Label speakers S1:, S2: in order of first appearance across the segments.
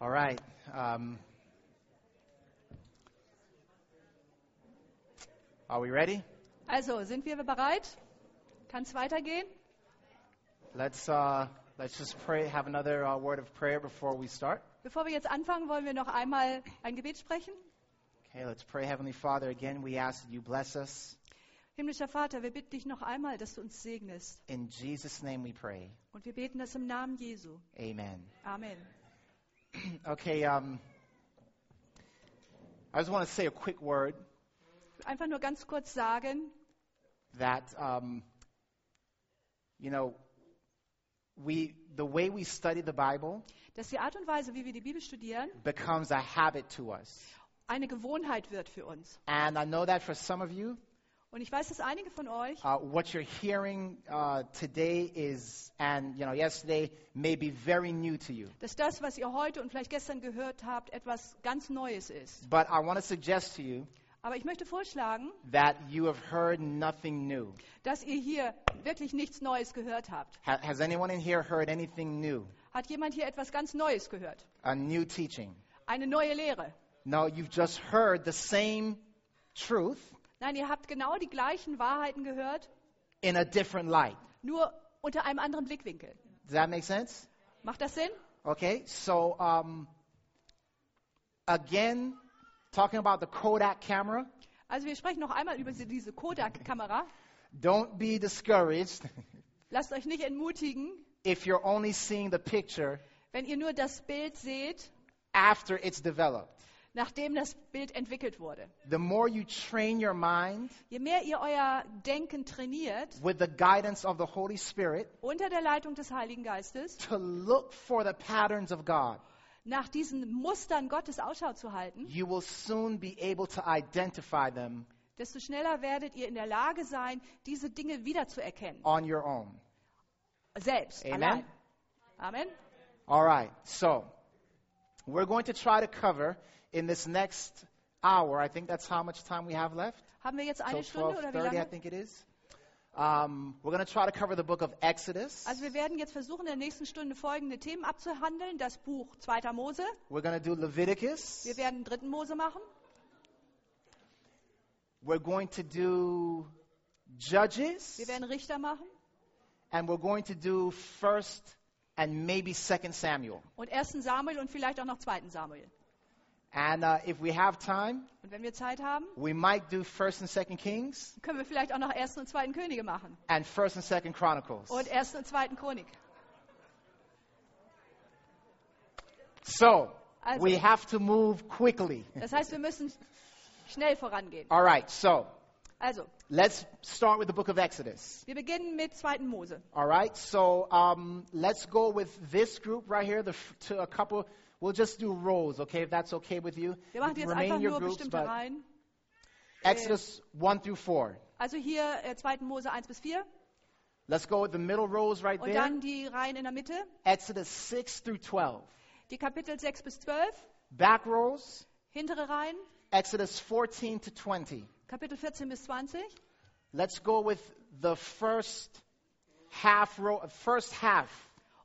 S1: right. Um, are we ready?
S2: Also, sind wir bereit? Kann es weitergehen?
S1: Let's uh, let's just pray. Have another uh, word of prayer before we start.
S2: Bevor wir jetzt anfangen, wollen wir noch einmal ein Gebet sprechen.
S1: Okay, let's pray. Heavenly Father, again we ask that you bless us.
S2: Himmlischer Vater, wir bitten dich noch einmal, dass du uns segnest.
S1: In Jesus' name we pray.
S2: Und wir beten das im Namen Jesu.
S1: Amen.
S2: Amen.
S1: Okay. Um, I just want to say a quick word
S2: Einfach nur ganz kurz sagen,
S1: that um, you know we the way we study the Bible
S2: dass die Art und Weise, wie wir die Bibel studieren,
S1: becomes a habit to us.
S2: eine Gewohnheit wird für uns.
S1: And I know that for some of you,
S2: Und ich weiß, dass einige von euch
S1: uh, what you're hearing uh, today is, and you know, yesterday may be very new to you.
S2: dass das, was ihr heute und vielleicht gestern gehört habt, etwas ganz Neues ist.
S1: But I want to suggest to you
S2: Aber ich möchte vorschlagen,
S1: that you have heard nothing new.
S2: dass ihr hier wirklich nichts Neues gehört habt.
S1: Ha- has anyone in here heard anything new?
S2: Hat jemand hier etwas ganz Neues gehört?
S1: A new teaching?
S2: Eine neue Lehre?
S1: No, you've just heard the same truth
S2: Nein, ihr habt genau die gleichen Wahrheiten gehört,
S1: in a different light.
S2: nur unter einem anderen Blickwinkel.
S1: Does that make sense?
S2: Macht das Sinn?
S1: Okay, so um, again, talking about the Kodak camera,
S2: Also wir sprechen noch einmal über sie- diese Kodak-Kamera.
S1: don't be discouraged
S2: Lasst euch nicht entmutigen,
S1: if you're only seeing the picture
S2: wenn ihr nur das Bild seht,
S1: after it's developed.
S2: nachdem das Bild entwickelt wurde.
S1: The more you train your mind
S2: Je mehr ihr euer Denken trainiert,
S1: with the guidance of the Holy Spirit
S2: unter der Leitung des Heiligen Geistes,
S1: to look for the patterns of God,
S2: nach diesen Mustern Gottes Ausschau zu halten,
S1: you will soon be able to identify them
S2: desto schneller werdet ihr in der Lage sein, diese Dinge wiederzuerkennen.
S1: on your own.
S2: Selbst.
S1: Amen.
S2: Allein. Amen.
S1: All right, so we're going to try to cover in this next hour, I think that's how much time we have left.
S2: Haben wir jetzt
S1: So
S2: eine Stunde oder wie
S1: 12:30, I
S2: lange?
S1: think it is. Um, we're going to try to cover the book of Exodus.
S2: Also wir werden jetzt versuchen, in der nächsten Stunde folgende Themen abzuhandeln. Das Buch 2. Mose.
S1: We're going to do Leviticus.
S2: Wir werden 3. Mose machen.
S1: We're going to do Judges.
S2: Wir werden Richter machen.
S1: And we're going to do First and maybe Second Samuel.
S2: Und 1. Samuel und vielleicht auch noch 2. Samuel.
S1: And uh, if we have time,
S2: Und wenn wir Zeit haben,
S1: we might do First and Second Kings
S2: können wir vielleicht auch noch 1. und 2. Könige machen.
S1: and First and Second Chronicles.
S2: Und 1. und 2. Chronik.
S1: So
S2: Also-
S1: we have to move quickly.
S2: Das heißt, wir müssen schnell vorangehen.
S1: All right. So
S2: Also,
S1: let's start with the book of Exodus.
S2: wir beginnen mit 2. Mose.
S1: All right, so um, let's go with this group right here. The, f- to a couple, we'll just do rows, okay? If that's okay with you,
S2: Wir machen jetzt
S1: remain
S2: einfach
S1: in your
S2: nur
S1: groups.
S2: bestimmte
S1: But
S2: Reihen.
S1: Exodus one through four.
S2: Also hier äh, 2. Mose 1 bis 4
S1: Let's go with the middle rows right
S2: und
S1: there.
S2: dann die Reihen in der Mitte,
S1: Exodus six through twelve.
S2: die Kapitel 6 bis 12,
S1: Back rows.
S2: hintere Reihen,
S1: Exodus fourteen to twenty.
S2: Kapitel 14 bis 20.
S1: Let's go with the first half row, first half,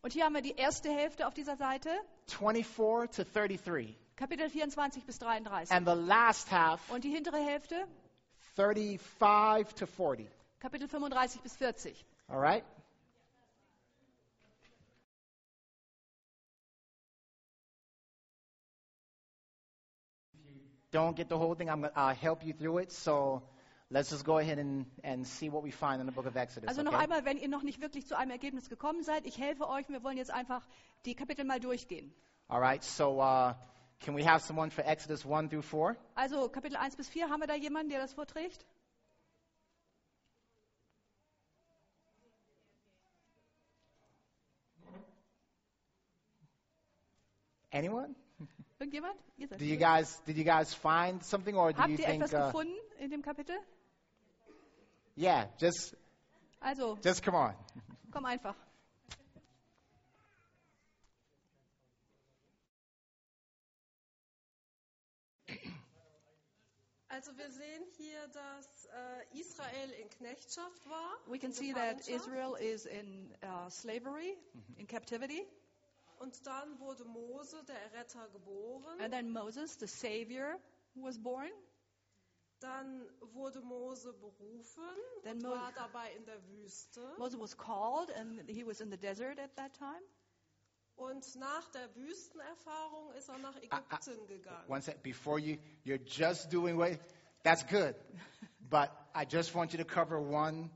S2: Und hier haben wir die erste Hälfte auf dieser Seite,
S1: twenty-four to thirty-three,
S2: Kapitel 24 bis 33.
S1: and the last half,
S2: Und die hintere Hälfte,
S1: thirty-five to forty.
S2: Kapitel 35 bis 40.
S1: All right. Don't get the whole thing. I'm gonna I'll help you through it. So let's just go ahead and, and see what we find in the book of Exodus.
S2: Also noch
S1: okay?
S2: einmal, wenn ihr noch nicht wirklich zu einem Ergebnis gekommen seid, ich helfe euch. Wir wollen jetzt einfach die Kapitel mal durchgehen.
S1: All right. So uh, can we have someone for Exodus one through four?
S2: Also Kapitel 1 bis 4, haben wir da jemanden, der das vorträgt?
S1: Anyone?
S2: Irgendjemand? Ihr seid
S1: Did you guys did you guys find something or do
S2: Habt
S1: you
S2: ihr
S1: think?
S2: etwas
S1: Uh,
S2: gefunden in dem Kapitel?
S1: yeah. Just
S2: Also,
S1: just come on.
S2: komm einfach.
S3: Also wir sehen hier, dass äh, Israel in Knechtschaft war.
S2: We can
S3: in
S2: see that
S3: Gefangenschaft.
S2: Israel is in uh, slavery, in captivity,
S3: Und dann wurde Mose, der Erretter, geboren.
S2: And then Moses, the Savior, was born.
S3: Dann wurde Mose berufen
S2: Then
S3: und
S2: Mo-
S3: war dabei in der Wüste.
S2: Moses was called, and he was in the desert at that time.
S3: Und nach der Wüstenerfahrung ist er nach
S2: Ah,
S3: Ägypten gegangen.
S1: One sec, before you, you're just doing what, that's good. But I just want you to cover one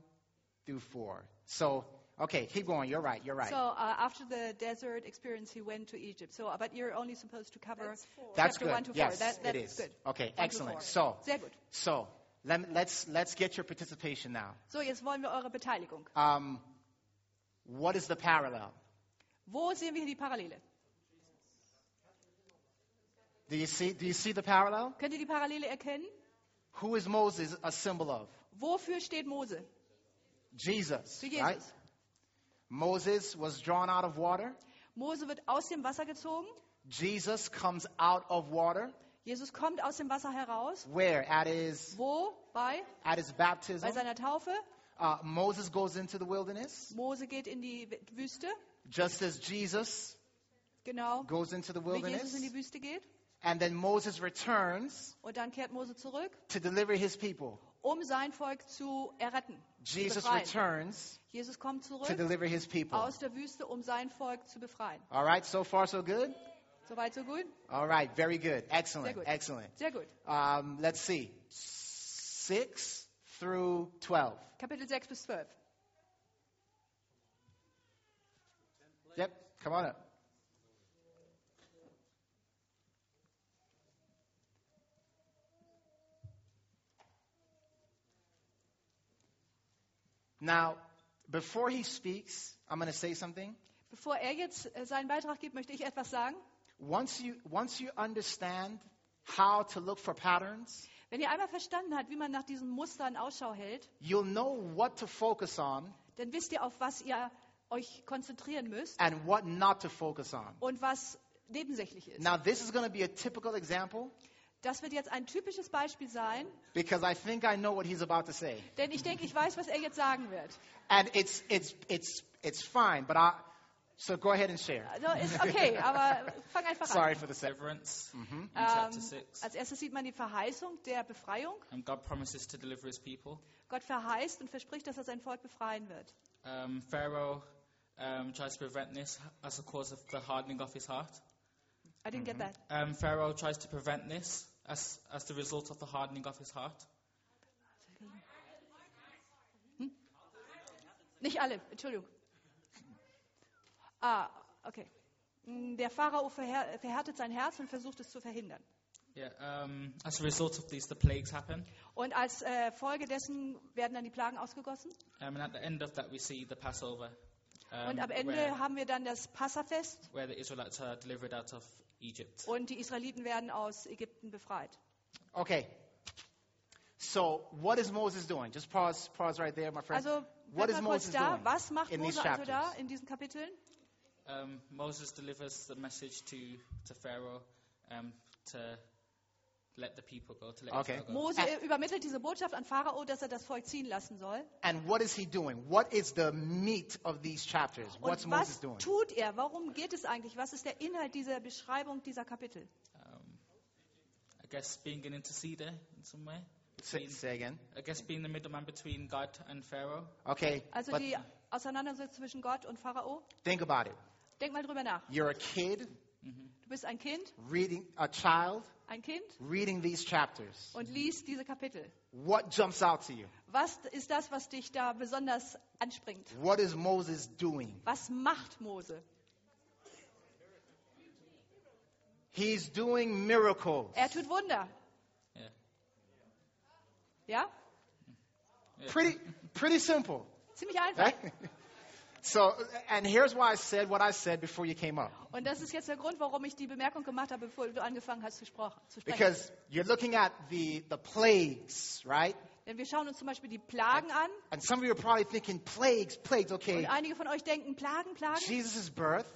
S1: through four. So, okay, keep going. You're right. You're right.
S2: So uh, after the desert experience, he went to Egypt. So, uh, but you're only supposed to cover
S3: That's four.
S1: that's
S2: chapter
S1: good.
S2: one to
S1: yes,
S2: four. That, that's
S1: it is.
S2: good.
S1: Okay,
S2: One to
S1: excellent.
S2: four.
S1: So,
S2: Sehr gut.
S1: so let, me- let's let's get your participation now.
S2: So, jetzt wollen wir eure Beteiligung.
S1: Um, what is the parallel?
S2: Wo sehen wir hier die Parallele?
S1: Do you see? Do you see the parallel?
S2: Könnt ihr die Parallele erkennen?
S1: Who is Moses a symbol of?
S2: Wofür steht Mose?
S1: Jesus.
S2: Für Jesus.
S1: Right? Moses was drawn out of water.
S2: Mose wird aus dem Wasser gezogen.
S1: Jesus comes out of water.
S2: Jesus kommt aus dem Wasser heraus.
S1: Where? At his
S2: Wo? Bei?
S1: at his
S2: Bei
S1: baptism.
S2: seiner Taufe.
S1: Uh, Moses goes into the wilderness,
S2: Mose geht in die Wüste.
S1: just as Jesus
S2: Genau.
S1: goes into the
S2: Wie Jesus
S1: wilderness,
S2: in die Wüste geht.
S1: and then Moses returns
S2: Und dann kehrt Mose zurück,
S1: to deliver his people.
S2: um sein Volk zu erretten. zu
S1: Jesus
S2: befreien.
S1: returns
S2: Jesus kommt
S1: to
S2: zurück
S1: deliver his people.
S2: aus der Wüste, um sein Volk zu befreien.
S1: All right, so far so good?
S2: Soweit, so gut?
S1: All right, very good. Excellent,
S2: Sehr gut.
S1: excellent.
S2: Sehr gut.
S1: Um, let's see. 6 through 12.
S2: Kapitel 6 bis 12.
S1: Yep, come on up. Now, before he speaks, I'm going to say something.
S2: Bevor er jetzt äh, seinen Beitrag gibt, möchte ich etwas sagen.
S1: Once you, once you understand how to look for patterns,
S2: Wenn ihr einmal verstanden habt, wie man nach diesen Mustern Ausschau hält,
S1: you'll know what to focus on
S2: dann wisst ihr, auf was ihr euch konzentrieren müsst
S1: and what not to focus on.
S2: und was nebensächlich ist.
S1: Now, this is going to be a typical example
S2: Das wird jetzt ein typisches Beispiel sein,
S1: because I think I know what he's about to say.
S2: denn ich denke, ich weiß, was er jetzt sagen wird.
S1: And it's, it's, it's, it's fine, but I, so go ahead and share.
S2: Also ist okay, aber fang einfach
S1: Sorry for the set.
S4: Deliverance in
S2: an.
S4: chapter 6.
S2: als erstes sieht man die Verheißung der Befreiung.
S4: And God promises to deliver his people.
S2: Gott verheißt und verspricht, dass er sein Volk befreien wird.
S4: Um, Pharaoh um, tries to prevent this as a cause of the hardening of his heart.
S2: I didn't
S1: Mhm.
S2: get that.
S4: Um, Pharaoh tries to prevent this as, as the result of the hardening of his heart.
S2: Nicht alle, Entschuldigung. Ah, okay. Mm, Der Pharao verhär- verhärtet sein Herz und versucht es zu verhindern.
S4: Yeah, um, as a result of these, the plagues happen.
S2: Und als äh, Folge dessen werden dann die Plagen ausgegossen.
S4: Um, and at the end of that, we see the Passover, um,
S1: Ähm,
S2: Und am Ende
S4: where,
S2: haben wir dann das Passafest
S4: where the Israelites are delivered out of Egypt.
S2: und die Israeliten werden aus Ägypten befreit.
S1: Okay. So, what is Moses doing? Just pause, pause right there, my friend.
S2: Also,
S1: what
S2: bleib
S1: is
S2: mal kurz
S1: Moses
S2: da.
S1: doing
S2: Was macht
S1: in these
S2: Mose also
S1: chapters?
S2: da in diesen Kapiteln?
S4: Um, Moses delivers the message to, to Pharaoh um, to let the people go, to let
S1: Okay.
S4: Israel go.
S2: Mose
S1: Ä-
S2: übermittelt diese Botschaft an Pharao, dass er das Volk ziehen lassen soll.
S1: And what is he doing? What is the meat of these chapters?
S2: Und
S1: What's Moses
S2: was
S1: doing?
S2: tut er? Warum geht es eigentlich? Was ist der Inhalt dieser Beschreibung dieser Kapitel?
S4: um, I guess being an interceder in some way.
S1: Say,
S4: Between,
S1: say again.
S4: I guess being the middleman between God and Pharaoh.
S1: Okay.
S2: Also
S1: but
S2: die Auseinandersetzung zwischen Gott und Pharao.
S1: think about it.
S2: Denk mal drüber nach.
S1: You're a kid
S2: Du bist ein Kind,
S1: reading a child
S2: ein Kind
S1: reading these chapters.
S2: und liest diese Kapitel.
S1: What jumps out to you?
S2: Was ist das, was dich da besonders anspringt?
S1: What is Moses doing?
S2: Was macht Mose?
S1: He's doing miracles.
S2: Er tut Wunder.
S4: Yeah.
S2: Ja?
S1: Pretty pretty simple.
S2: Ziemlich einfach.
S1: Right? So and here's why I said what I said before you came up.
S2: Und das ist jetzt der Grund, warum ich die Bemerkung gemacht habe, bevor du angefangen hast zu, sprach, zu sprechen.
S1: Because you're looking at the the plagues, right?
S2: Denn wir schauen uns zum Beispiel die Plagen an.
S1: And some of you are probably thinking plagues, plagues,
S2: Und
S1: okay.
S2: einige von euch denken, Plagen, Plagen.
S1: Jesus' birth,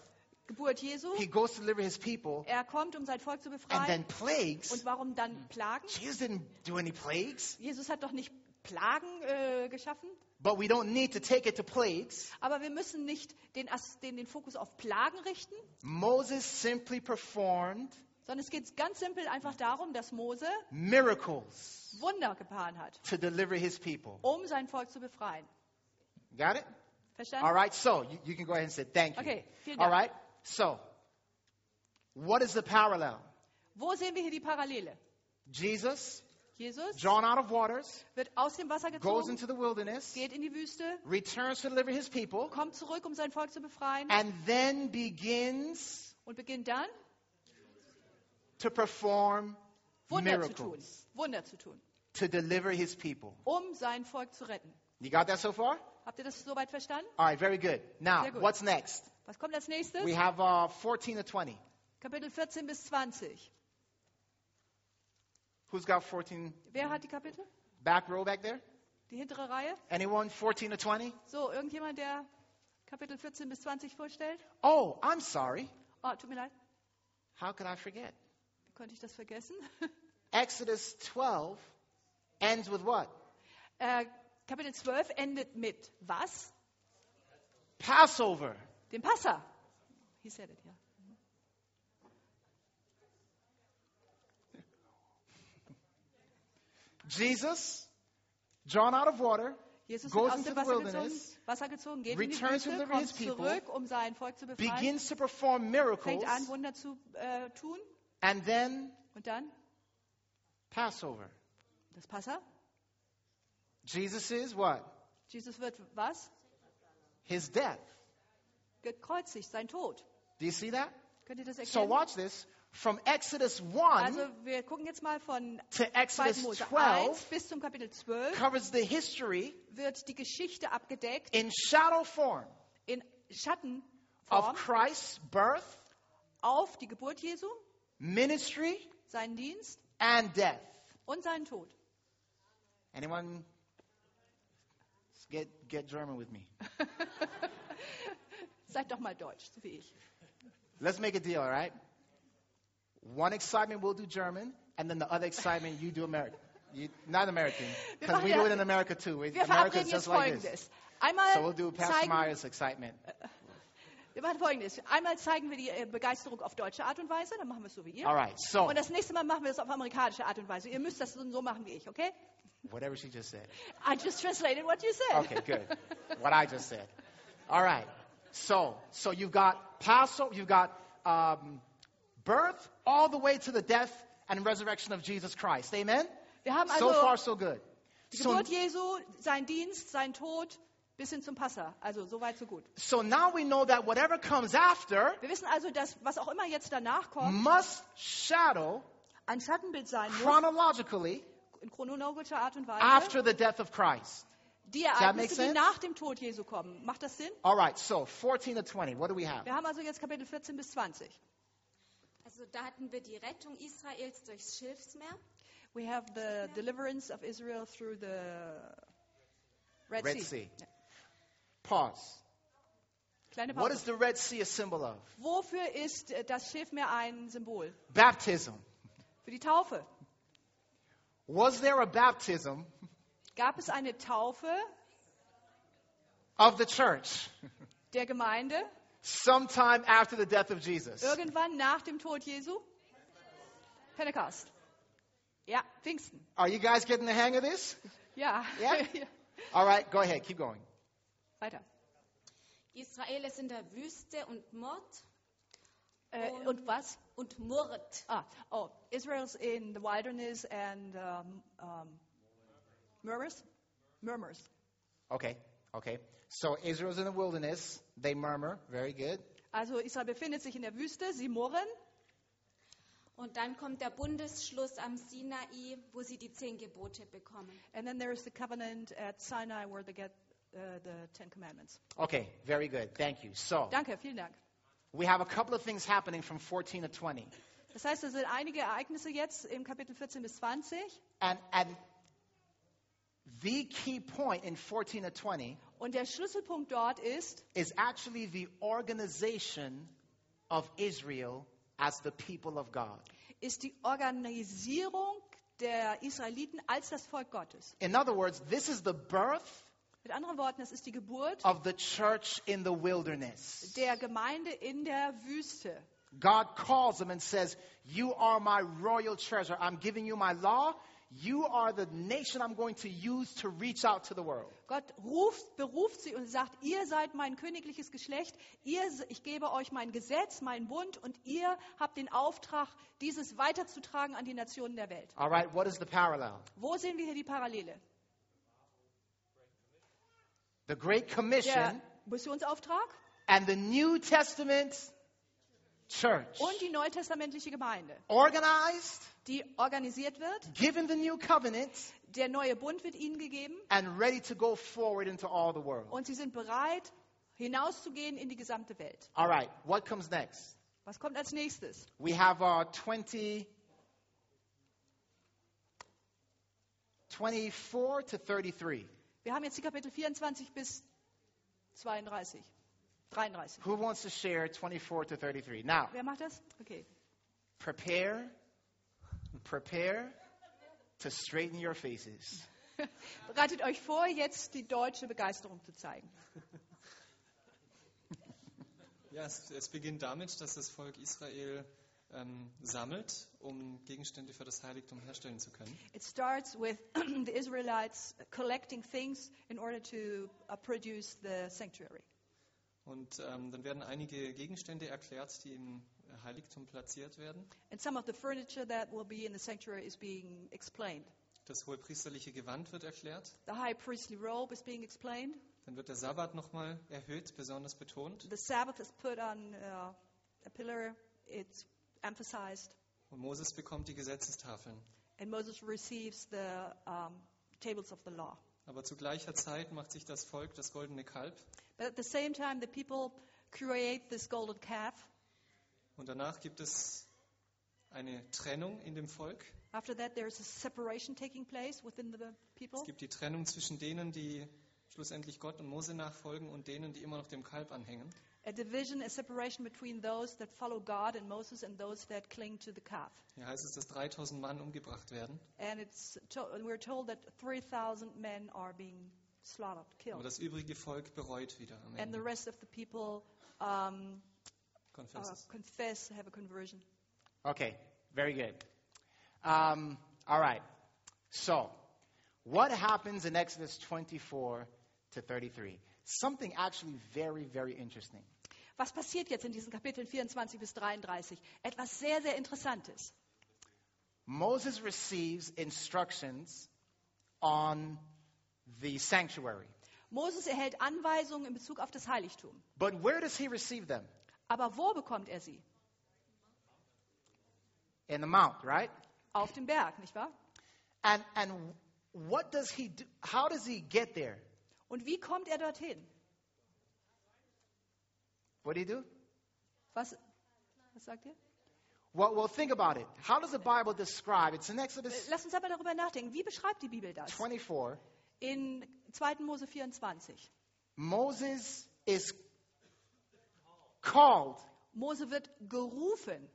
S2: Geburt Jesu.
S1: he goes to deliver his people,
S2: Er kommt, um sein Volk zu
S1: and
S2: befreien.
S1: then plagues.
S2: Und warum dann Plagen?
S1: Jesus didn't do any plagues.
S2: Jesus hat doch nicht Plagen äh, geschaffen.
S1: But we don't need to take it to plagues.
S2: Aber wir müssen nicht den, As- den, den Fokus auf Plagen richten,
S1: Moses simply performed
S2: sondern es geht ganz simpel einfach darum, dass Mose
S1: miracles
S2: Wunder getan hat,
S1: to deliver his people.
S2: um sein Volk zu befreien.
S1: Got it?
S2: Verstanden?
S1: All right, so you, you can go ahead and say thank you.
S2: Okay, vielen
S1: All
S2: Dank.
S1: right, so what is the parallel?
S2: Wo sehen wir hier die Parallele?
S1: Jesus,
S2: Jesus
S1: drawn out of waters,
S2: wird aus dem Wasser
S1: goes
S2: gezogen,
S1: into the wilderness,
S2: geht in die Wüste,
S1: returns to deliver his people,
S2: kommt zurück, um sein Volk zu befreien
S1: and then begins
S2: und beginnt dann
S1: to perform
S2: Wunder zu tun.
S1: miracles
S2: Wunder zu tun,
S1: to deliver his people.
S2: um sein Volk zu retten.
S1: You got that so far?
S2: Habt ihr das soweit verstanden?
S1: All right, very good. Now,
S2: Sehr gut.
S1: what's next?
S2: Was kommt als nächstes?
S1: We have uh, 14 to 20.
S2: Kapitel 14 bis 20.
S1: Who's got 14?
S2: Wer hat die Kapitel?
S1: Back row back there?
S2: Die hintere Reihe?
S1: Anyone 14 to 20?
S2: So, irgendjemand, der Kapitel 14 bis 20 vorstellt?
S1: Oh, I'm sorry.
S2: Oh, tut mir leid,
S1: How could I forget?
S2: wie konnte ich das vergessen?
S1: Exodus 12 ends with what?
S2: Äh, Kapitel 12 endet mit was?
S1: Passover.
S2: Dem Passa. He said it, ja.
S1: Jesus, drawn out of water,
S2: Jesus
S1: Goes
S2: wird aus
S1: into
S2: dem
S1: the
S2: Wasser gezogen,
S1: wilderness,
S2: Wasser gezogen, geht in die
S1: returns to
S2: Wüste,
S1: deliver his
S2: kommt
S1: people,
S2: zurück, um sein Volk zu befreien,
S1: begins to perform
S2: fängt
S1: miracles,
S2: an, Wunder zu äh, tun
S1: and then
S2: und dann
S1: Passover.
S2: das Passa.
S1: Jesus is what?
S2: Jesus wird was?
S1: His death.
S2: Gekreuzigt, sein Tod.
S1: Do you see that?
S2: Könnt ihr das
S1: So
S2: erkennen?
S1: watch this. From Exodus 1
S2: Also wir gucken jetzt mal von
S1: to
S2: 2.
S1: Exodus
S2: Mose 1
S1: 12
S2: bis zum Kapitel 12
S1: covers the history
S2: wird die Geschichte abgedeckt
S1: in shadow form
S2: in
S1: of
S2: Schattenform
S1: Christ's birth,
S2: auf die Geburt Jesu,
S1: ministry,
S2: seinen Dienst
S1: and death.
S2: und seinen Tod.
S1: Anyone get get German with me?
S2: Seid doch mal deutsch, so wie ich.
S1: Let's make a deal, all right? One excitement we'll do German, and then the other excitement you do American. You, not American,
S2: Wir
S1: because
S2: machen
S1: we do
S2: ja-
S1: it in America too.
S2: Wir
S1: America
S2: verabreden
S1: is
S2: jetzt
S1: just like this.
S2: Folgendes. Einmal
S1: So we'll do Pastor
S2: zeigen,
S1: Meyer's excitement.
S2: wir machen Folgendes. Einmal zeigen wir die äh, Begeisterung auf deutsche Art und Weise, dann machen wir es so wie ihr.
S1: All right, so
S2: Und das nächste Mal machen wir es auf amerikanische Art und Weise. Ihr müsst das so machen wie ich, okay?
S1: whatever she just said.
S2: I just translated what you said.
S1: Okay, good. what I just said. All right. So, so you've got Passover, you've got um, birth, all the way to the death and resurrection of Jesus Christ. Amen.
S2: Wir haben
S1: so
S2: also-
S1: far, so good.
S2: Die
S1: So,
S2: Geburt Jesu, sein Dienst, sein Tod bis hin zum Passa. Also so weit, so gut.
S1: so now we know that whatever comes after
S2: Wir wissen also, dass was auch immer jetzt danach kommt,
S1: must shadow
S2: ein Schattenbild sein muss,
S1: chronologically
S2: in chronologischer Art und Weise,
S1: after the death of Christ.
S2: die
S1: that make
S2: Ereignisse, die
S1: sense?
S2: nach dem Tod Jesu kommen. Macht das Sinn?
S1: All right, so 14 to 20, what do we have?
S2: Wir haben also jetzt Kapitel 14 bis 20.
S5: Also da hatten wir die Rettung Israels durchs Schilfsmeer,
S2: We have the deliverance of Israel through the Red,
S1: Red Sea. Pause.
S2: Kleine
S1: What
S2: Pause.
S1: is the Red Sea a symbol of?
S2: Wofür ist äh, das Schilfmeer ein Symbol?
S1: Baptism.
S2: Für die Taufe.
S1: Was there a baptism
S2: Gab es eine Taufe
S1: of the church
S2: der Gemeinde
S1: sometime after the death of Jesus.
S2: irgendwann nach dem Tod Jesu? Pentecost. Ja, Pfingsten.
S1: Are you guys getting the hang of this?
S2: Ja.
S1: Ja? All right, go ahead, keep going.
S2: Weiter.
S5: Israel ist in der Wüste und Mord
S2: Äh,
S5: Und-
S2: und was?
S5: und Murrt.
S2: Ah, oh, Israel's in the wilderness and um, um, murmurs? Murmurs.
S1: Okay, okay. So Israel's in the wilderness. They murmur. Very good.
S2: Also Israel befindet sich in der Wüste, sie murren.
S5: Und dann kommt der Bundesschluss am Sinai, wo sie die zehn Gebote bekommen.
S2: And then there is the covenant at Sinai where they get uh, the Ten Commandments.
S1: Okay, very good. Thank you. So
S2: Danke, vielen Dank.
S1: we have a couple of things happening from 14 to 20.
S2: Das heißt, es sind einige Ereignisse jetzt im Kapitel 14 bis 20.
S1: And, and the key point in 14 to 20
S2: Und der Schlüsselpunkt dort ist
S1: is actually the organization of Israel as the people of God.
S2: ist die Organisierung der Israeliten als das Volk Gottes.
S1: In other words, this is the birth
S2: Mit Mit anderen Worten, es ist die Geburt
S1: of the church in the wilderness.
S2: der Gemeinde in der Wüste.
S1: God calls them and says, You are my royal treasure. I'm giving you my law. You are the nation I'm going to use to reach out to the world.
S2: Gott ruft, beruft sie und sagt, ihr seid mein königliches Geschlecht, ihr, ich gebe euch mein Gesetz, mein Bund und ihr habt den Auftrag, dieses weiterzutragen an die Nationen der Welt.
S1: All right, what is the parallel?
S2: Wo sehen wir hier die Parallele?
S1: The Great Commission
S2: Der Missionsauftrag
S1: and the New Testament church.
S2: und die neutestamentliche Gemeinde,
S1: Organized,
S2: die organisiert wird,
S1: given the new covenant,
S2: der neue Bund wird ihnen gegeben
S1: and ready to go forward into all the world.
S2: und sie sind bereit, hinauszugehen in die gesamte Welt.
S1: All right, what comes next?
S2: Was kommt als nächstes?
S1: We have uh, 20, 24 to 33.
S2: Wir haben jetzt die Kapitel 24 bis 32, 33.
S1: Who wants to share 24 to 33? Now,
S2: Wer macht das? Okay.
S1: prepare, prepare to straighten your faces.
S2: Bereitet euch vor, jetzt die deutsche Begeisterung zu zeigen.
S6: Ja, es, es beginnt damit, dass das Volk Israel ähm, sammelt, um Gegenstände für das Heiligtum herstellen zu können.
S2: It starts with the Israelites collecting things in order to uh, produce the sanctuary.
S6: Und ähm, dann werden einige Gegenstände erklärt, die im Heiligtum platziert werden.
S2: And some of the furniture that will be in the sanctuary is being explained.
S6: Das hohepriesterliche Gewand wird erklärt.
S2: The high priestly robe is being explained.
S6: Dann wird der Sabbat nochmal erhöht, besonders betont.
S2: The Sabbath is put on uh, a pillar. It's emphasized.
S6: Und Moses bekommt die Gesetzestafeln.
S2: And Moses receives the um, tables of the law.
S6: Aber zu gleicher Zeit macht sich das Volk das goldene Kalb.
S2: But at the same time, the people create this golden calf.
S6: Und danach gibt es eine Trennung in dem Volk.
S2: After that, there is a separation taking place within the
S6: Es
S2: people.
S6: gibt die Trennung zwischen denen, die schlussendlich Gott und Mose nachfolgen und denen, die immer noch dem Kalb anhängen.
S2: A division, a separation between those that follow God and Moses and those that cling to the calf.
S6: Hier heißt es, dass 3000 Mann umgebracht werden.
S2: And it's to- and we're told that 3,000 men are being slaughtered,
S6: Aber
S2: killed.
S6: das übrige Volk bereut wieder am
S2: And the
S6: Ende.
S2: rest of the people um, uh,
S6: Confess es.
S2: confess, have a conversion.
S1: Okay, very good. Um, all right, so what happens in Exodus 24 to 33? Something actually very, very interesting.
S2: Was passiert jetzt in diesen Kapiteln 24 bis 33? Etwas sehr, sehr Interessantes.
S1: Moses receives instructions on the sanctuary.
S2: Moses erhält Anweisungen in Bezug auf das Heiligtum.
S1: But where does he receive them?
S2: Aber wo bekommt er sie?
S1: In the mount, right?
S2: Auf dem Berg, nicht wahr?
S1: And and what does he do? How does he get there?
S2: Und wie kommt er dorthin?
S1: What do you do?
S2: Was, was sagt ihr?
S1: Well, well, think about it. How does the Bible describe? It's in Exodus
S2: Lass uns aber darüber nachdenken. Wie beschreibt die Bibel das?
S1: 24.
S2: In 2. Mose 24.
S1: Moses is called
S2: Mose wird gerufen.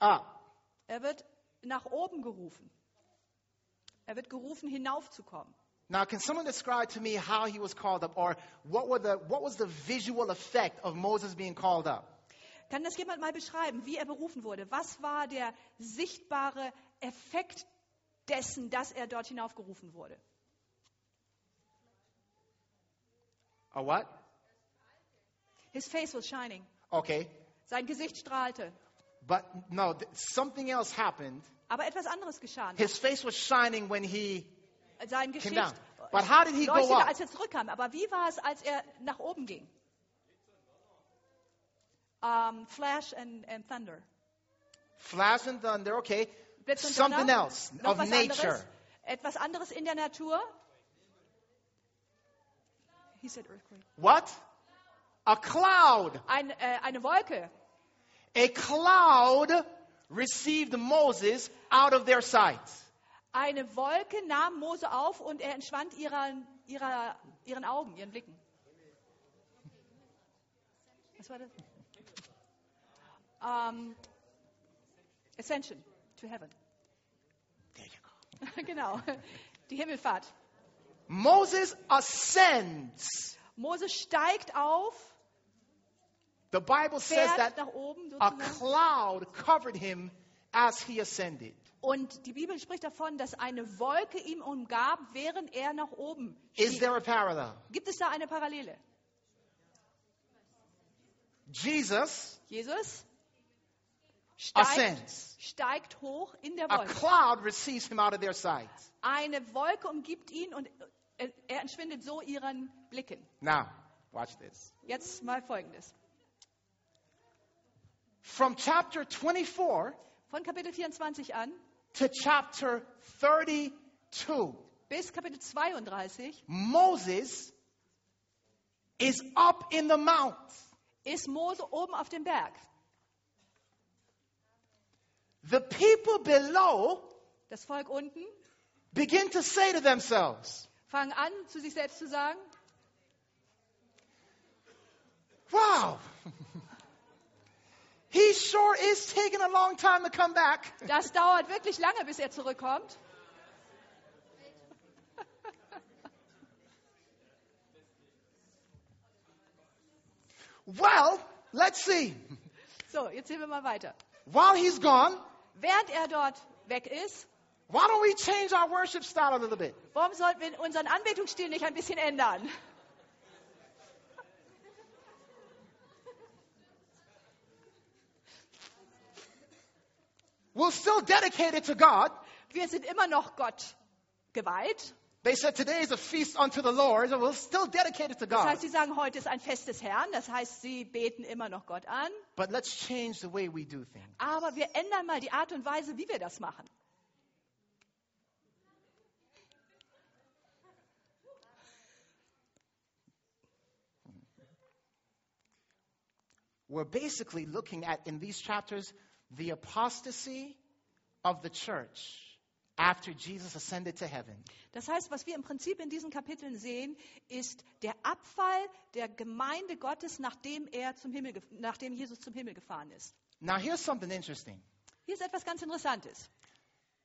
S1: up.
S2: Er wird nach oben gerufen. Er wird gerufen, hinaufzukommen.
S1: Now, can someone describe to me how he was called up, or what were the what was the visual effect of Moses being called up?
S2: Kann das jemand mal beschreiben, wie er berufen wurde? Was war der sichtbare Effekt dessen, dass er dort hinaufgerufen wurde?
S1: A what?
S2: His face was shining.
S1: Okay,
S2: Sein Gesicht strahlte.
S1: but no, th- something else happened.
S2: Aber etwas anderes geschah. noch.
S1: His face was shining when he
S2: Sein
S1: came
S2: Gesicht
S1: down. But how did he go
S2: leuchtete,
S1: up?
S2: als er zurückkam. Aber wie war es, als er nach oben ging? Ähm, Flash and, and Thunder.
S1: Flash and thunder. Okay,
S2: Blitz und
S1: something
S2: Donner.
S1: else
S2: Noch
S1: of
S2: was
S1: nature.
S2: Anderes, etwas anderes in der Natur. He said earthquake.
S1: What? A cloud.
S2: Ein, äh, eine Wolke.
S1: A cloud received Moses out of their sight.
S2: Eine Wolke nahm Mose auf und er entschwand ihrer, ihrer, ihren Augen, ihren Blicken. Was war das? Ähm, Ascension to Heaven.
S1: There you go.
S2: genau. Die Himmelfahrt.
S1: Moses ascends.
S2: Mose steigt auf,
S1: The Bible says
S2: fährt
S1: that
S2: nach oben
S1: a
S2: sozusagen.
S1: cloud covered him as he ascended.
S2: Und die Bibel spricht davon, dass eine Wolke ihn umgab, während er nach oben
S1: Is
S2: stieg.
S1: there a parallel?
S2: Gibt es da eine Parallele?
S1: Jesus,
S2: Jesus steigt,
S1: Ascends.
S2: steigt hoch in der
S1: a
S2: Wolke.
S1: cloud receives him out of their sight.
S2: Eine Wolke umgibt ihn und er er entschwindet so ihren Blicken.
S1: Now, watch this.
S2: Jetzt mal Folgendes.
S1: From chapter 24
S2: Von Kapitel 24 an
S1: to chapter 32,
S2: bis Kapitel 32
S1: Moses is up in the mount.
S2: ist Mose oben auf dem Berg.
S1: The people below
S2: Das Volk unten
S1: begin to say to themselves,
S2: fangen an, zu sich selbst zu sagen,
S1: Wow, he sure is taking a long time to come back.
S2: das dauert wirklich lange, bis er zurückkommt.
S1: Well, let's see.
S2: So, jetzt sehen wir mal weiter.
S1: While he's gone,
S2: Während er dort weg ist,
S1: why don't we change our worship style a little bit?
S2: warum sollten wir unseren Anbetungsstil nicht ein bisschen ändern?
S1: We'll still dedicate it to God.
S2: Wir sind immer noch Gott geweiht.
S1: They said today is a feast unto the Lord, so we'll still dedicate it to
S2: Das
S1: God.
S2: heißt, sie sagen, heute ist ein Fest des Herrn. Das heißt, sie beten immer noch Gott an.
S1: But let's change the way we do things.
S2: Aber wir ändern mal die Art und Weise, wie wir das machen.
S1: We're basically looking at, in these chapters, the apostasy of the church after Jesus ascended to heaven.
S2: Das heißt, was wir im Prinzip in diesen Kapiteln sehen, ist der Abfall der Gemeinde Gottes, nachdem, er zum Himmel, gef- nachdem Jesus zum Himmel gefahren ist.
S1: Now, here's something interesting.
S2: Hier ist etwas ganz Interessantes.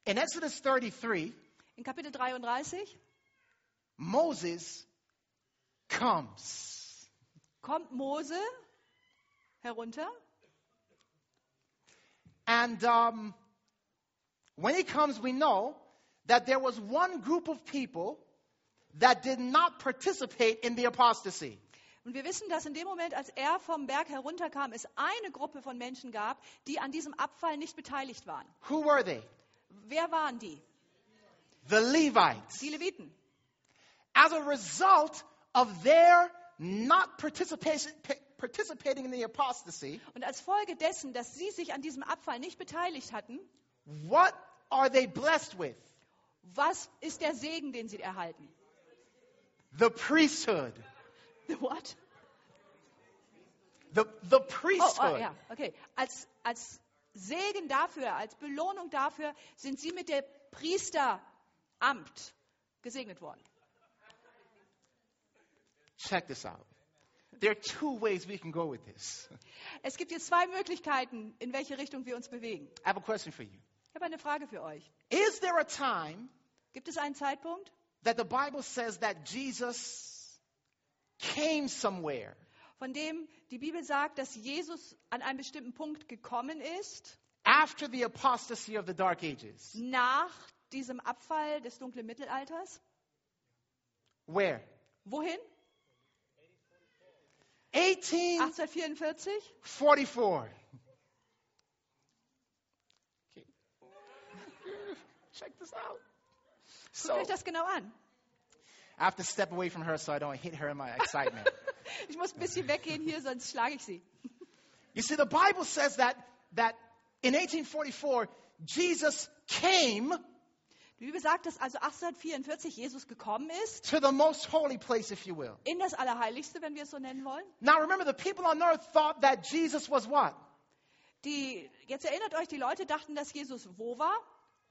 S1: In Exodus 33,
S2: In Kapitel 33
S1: Moses comes.
S2: kommt Mose herunter
S1: And um, when he comes, we know that there was one group of people that did not participate in the apostasy.
S2: Und wir wissen, dass in dem Moment, als er vom Berg herunterkam, es eine Gruppe von Menschen gab, die an diesem Abfall nicht beteiligt waren.
S1: Who were they?
S2: Wer waren die?
S1: The Levites.
S2: Die Leviten.
S1: As a result of their not participation, pa- participating in the apostasy,
S2: Und als Folge dessen, dass sie sich an diesem Abfall nicht beteiligt hatten,
S1: what are they blessed with?
S2: was ist der Segen, den sie erhalten?
S1: The priesthood.
S2: The what?
S1: The, the
S2: Oh,
S1: priesthood.
S2: oh ja, okay. Als, als Segen dafür, als Belohnung dafür, sind sie mit dem Priesteramt gesegnet worden.
S1: Check this out. There are two ways we can go with this.
S2: Es gibt jetzt zwei Möglichkeiten, in welche Richtung wir uns bewegen.
S1: I have a question for you.
S2: Ich habe eine Frage für euch.
S1: Is there a time
S2: Gibt es einen Zeitpunkt,
S1: that the Bible says that Jesus came somewhere
S2: von dem die Bibel sagt, dass Jesus an einem bestimmten Punkt gekommen ist,
S1: after the apostasy of the Dark Ages?
S2: nach diesem Abfall des dunklen Mittelalters?
S1: Where?
S2: Wohin?
S1: 1844.
S2: 1844?
S1: Okay. Check this out.
S2: Guckt
S1: So,
S2: euch das genau an.
S1: I have to step away from her so I don't hit her in my excitement.
S2: Ich muss ein bisschen weggehen hier, sonst schlage ich sie.
S1: you see, the Bible says that, that in 1844, Jesus came
S2: Die Bibel sagt, dass also 1844 Jesus gekommen ist,
S1: to the most holy place, if you will.
S2: in das Allerheiligste, wenn wir es so nennen wollen.
S1: Now remember, the people on earth thought that Jesus was what?
S2: Die, jetzt erinnert euch, die Leute dachten, dass Jesus wo war?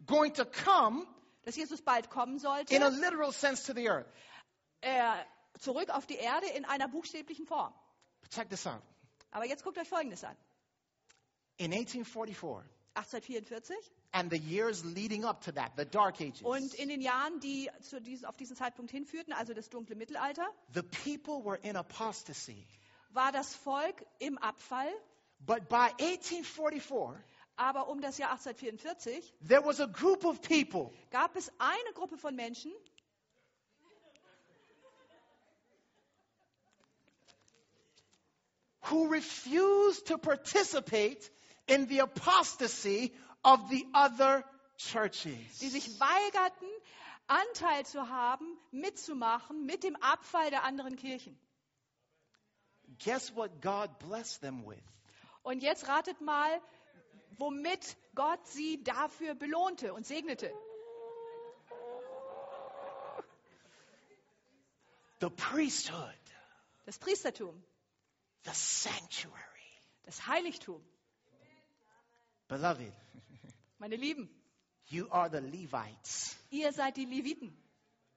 S1: Going to come
S2: Dass Jesus bald kommen
S1: in a
S2: sollte,
S1: literal sense to the earth.
S2: äh, zurück auf die Erde in einer buchstäblichen Form.
S1: But check this out.
S2: Aber jetzt guckt euch Folgendes an.
S1: In 1844,
S2: 1844.
S1: and the years leading up to that, the Dark Ages.
S2: Und in den Jahren, die zu diesem, auf diesen Zeitpunkt hinführten, also das dunkle Mittelalter,
S1: the people were in apostasy.
S2: war das Volk im Abfall.
S1: But by 1844,
S2: Aber um das Jahr 1844
S1: there was a group of people
S2: gab es eine Gruppe von Menschen,
S1: who refused to participate in the apostasy of the other
S2: die
S1: churches.
S2: sich weigerten, Anteil zu haben, mitzumachen mit dem Abfall der anderen Kirchen.
S1: Guess what God blessed them with?
S2: Und jetzt ratet mal, womit Gott sie dafür belohnte und segnete.
S1: The priesthood,
S2: Das Priestertum,
S1: the sanctuary.
S2: das Heiligtum.
S1: Beloved,
S2: Meine Lieben,
S1: you are the Levites,
S2: ihr seid die Leviten,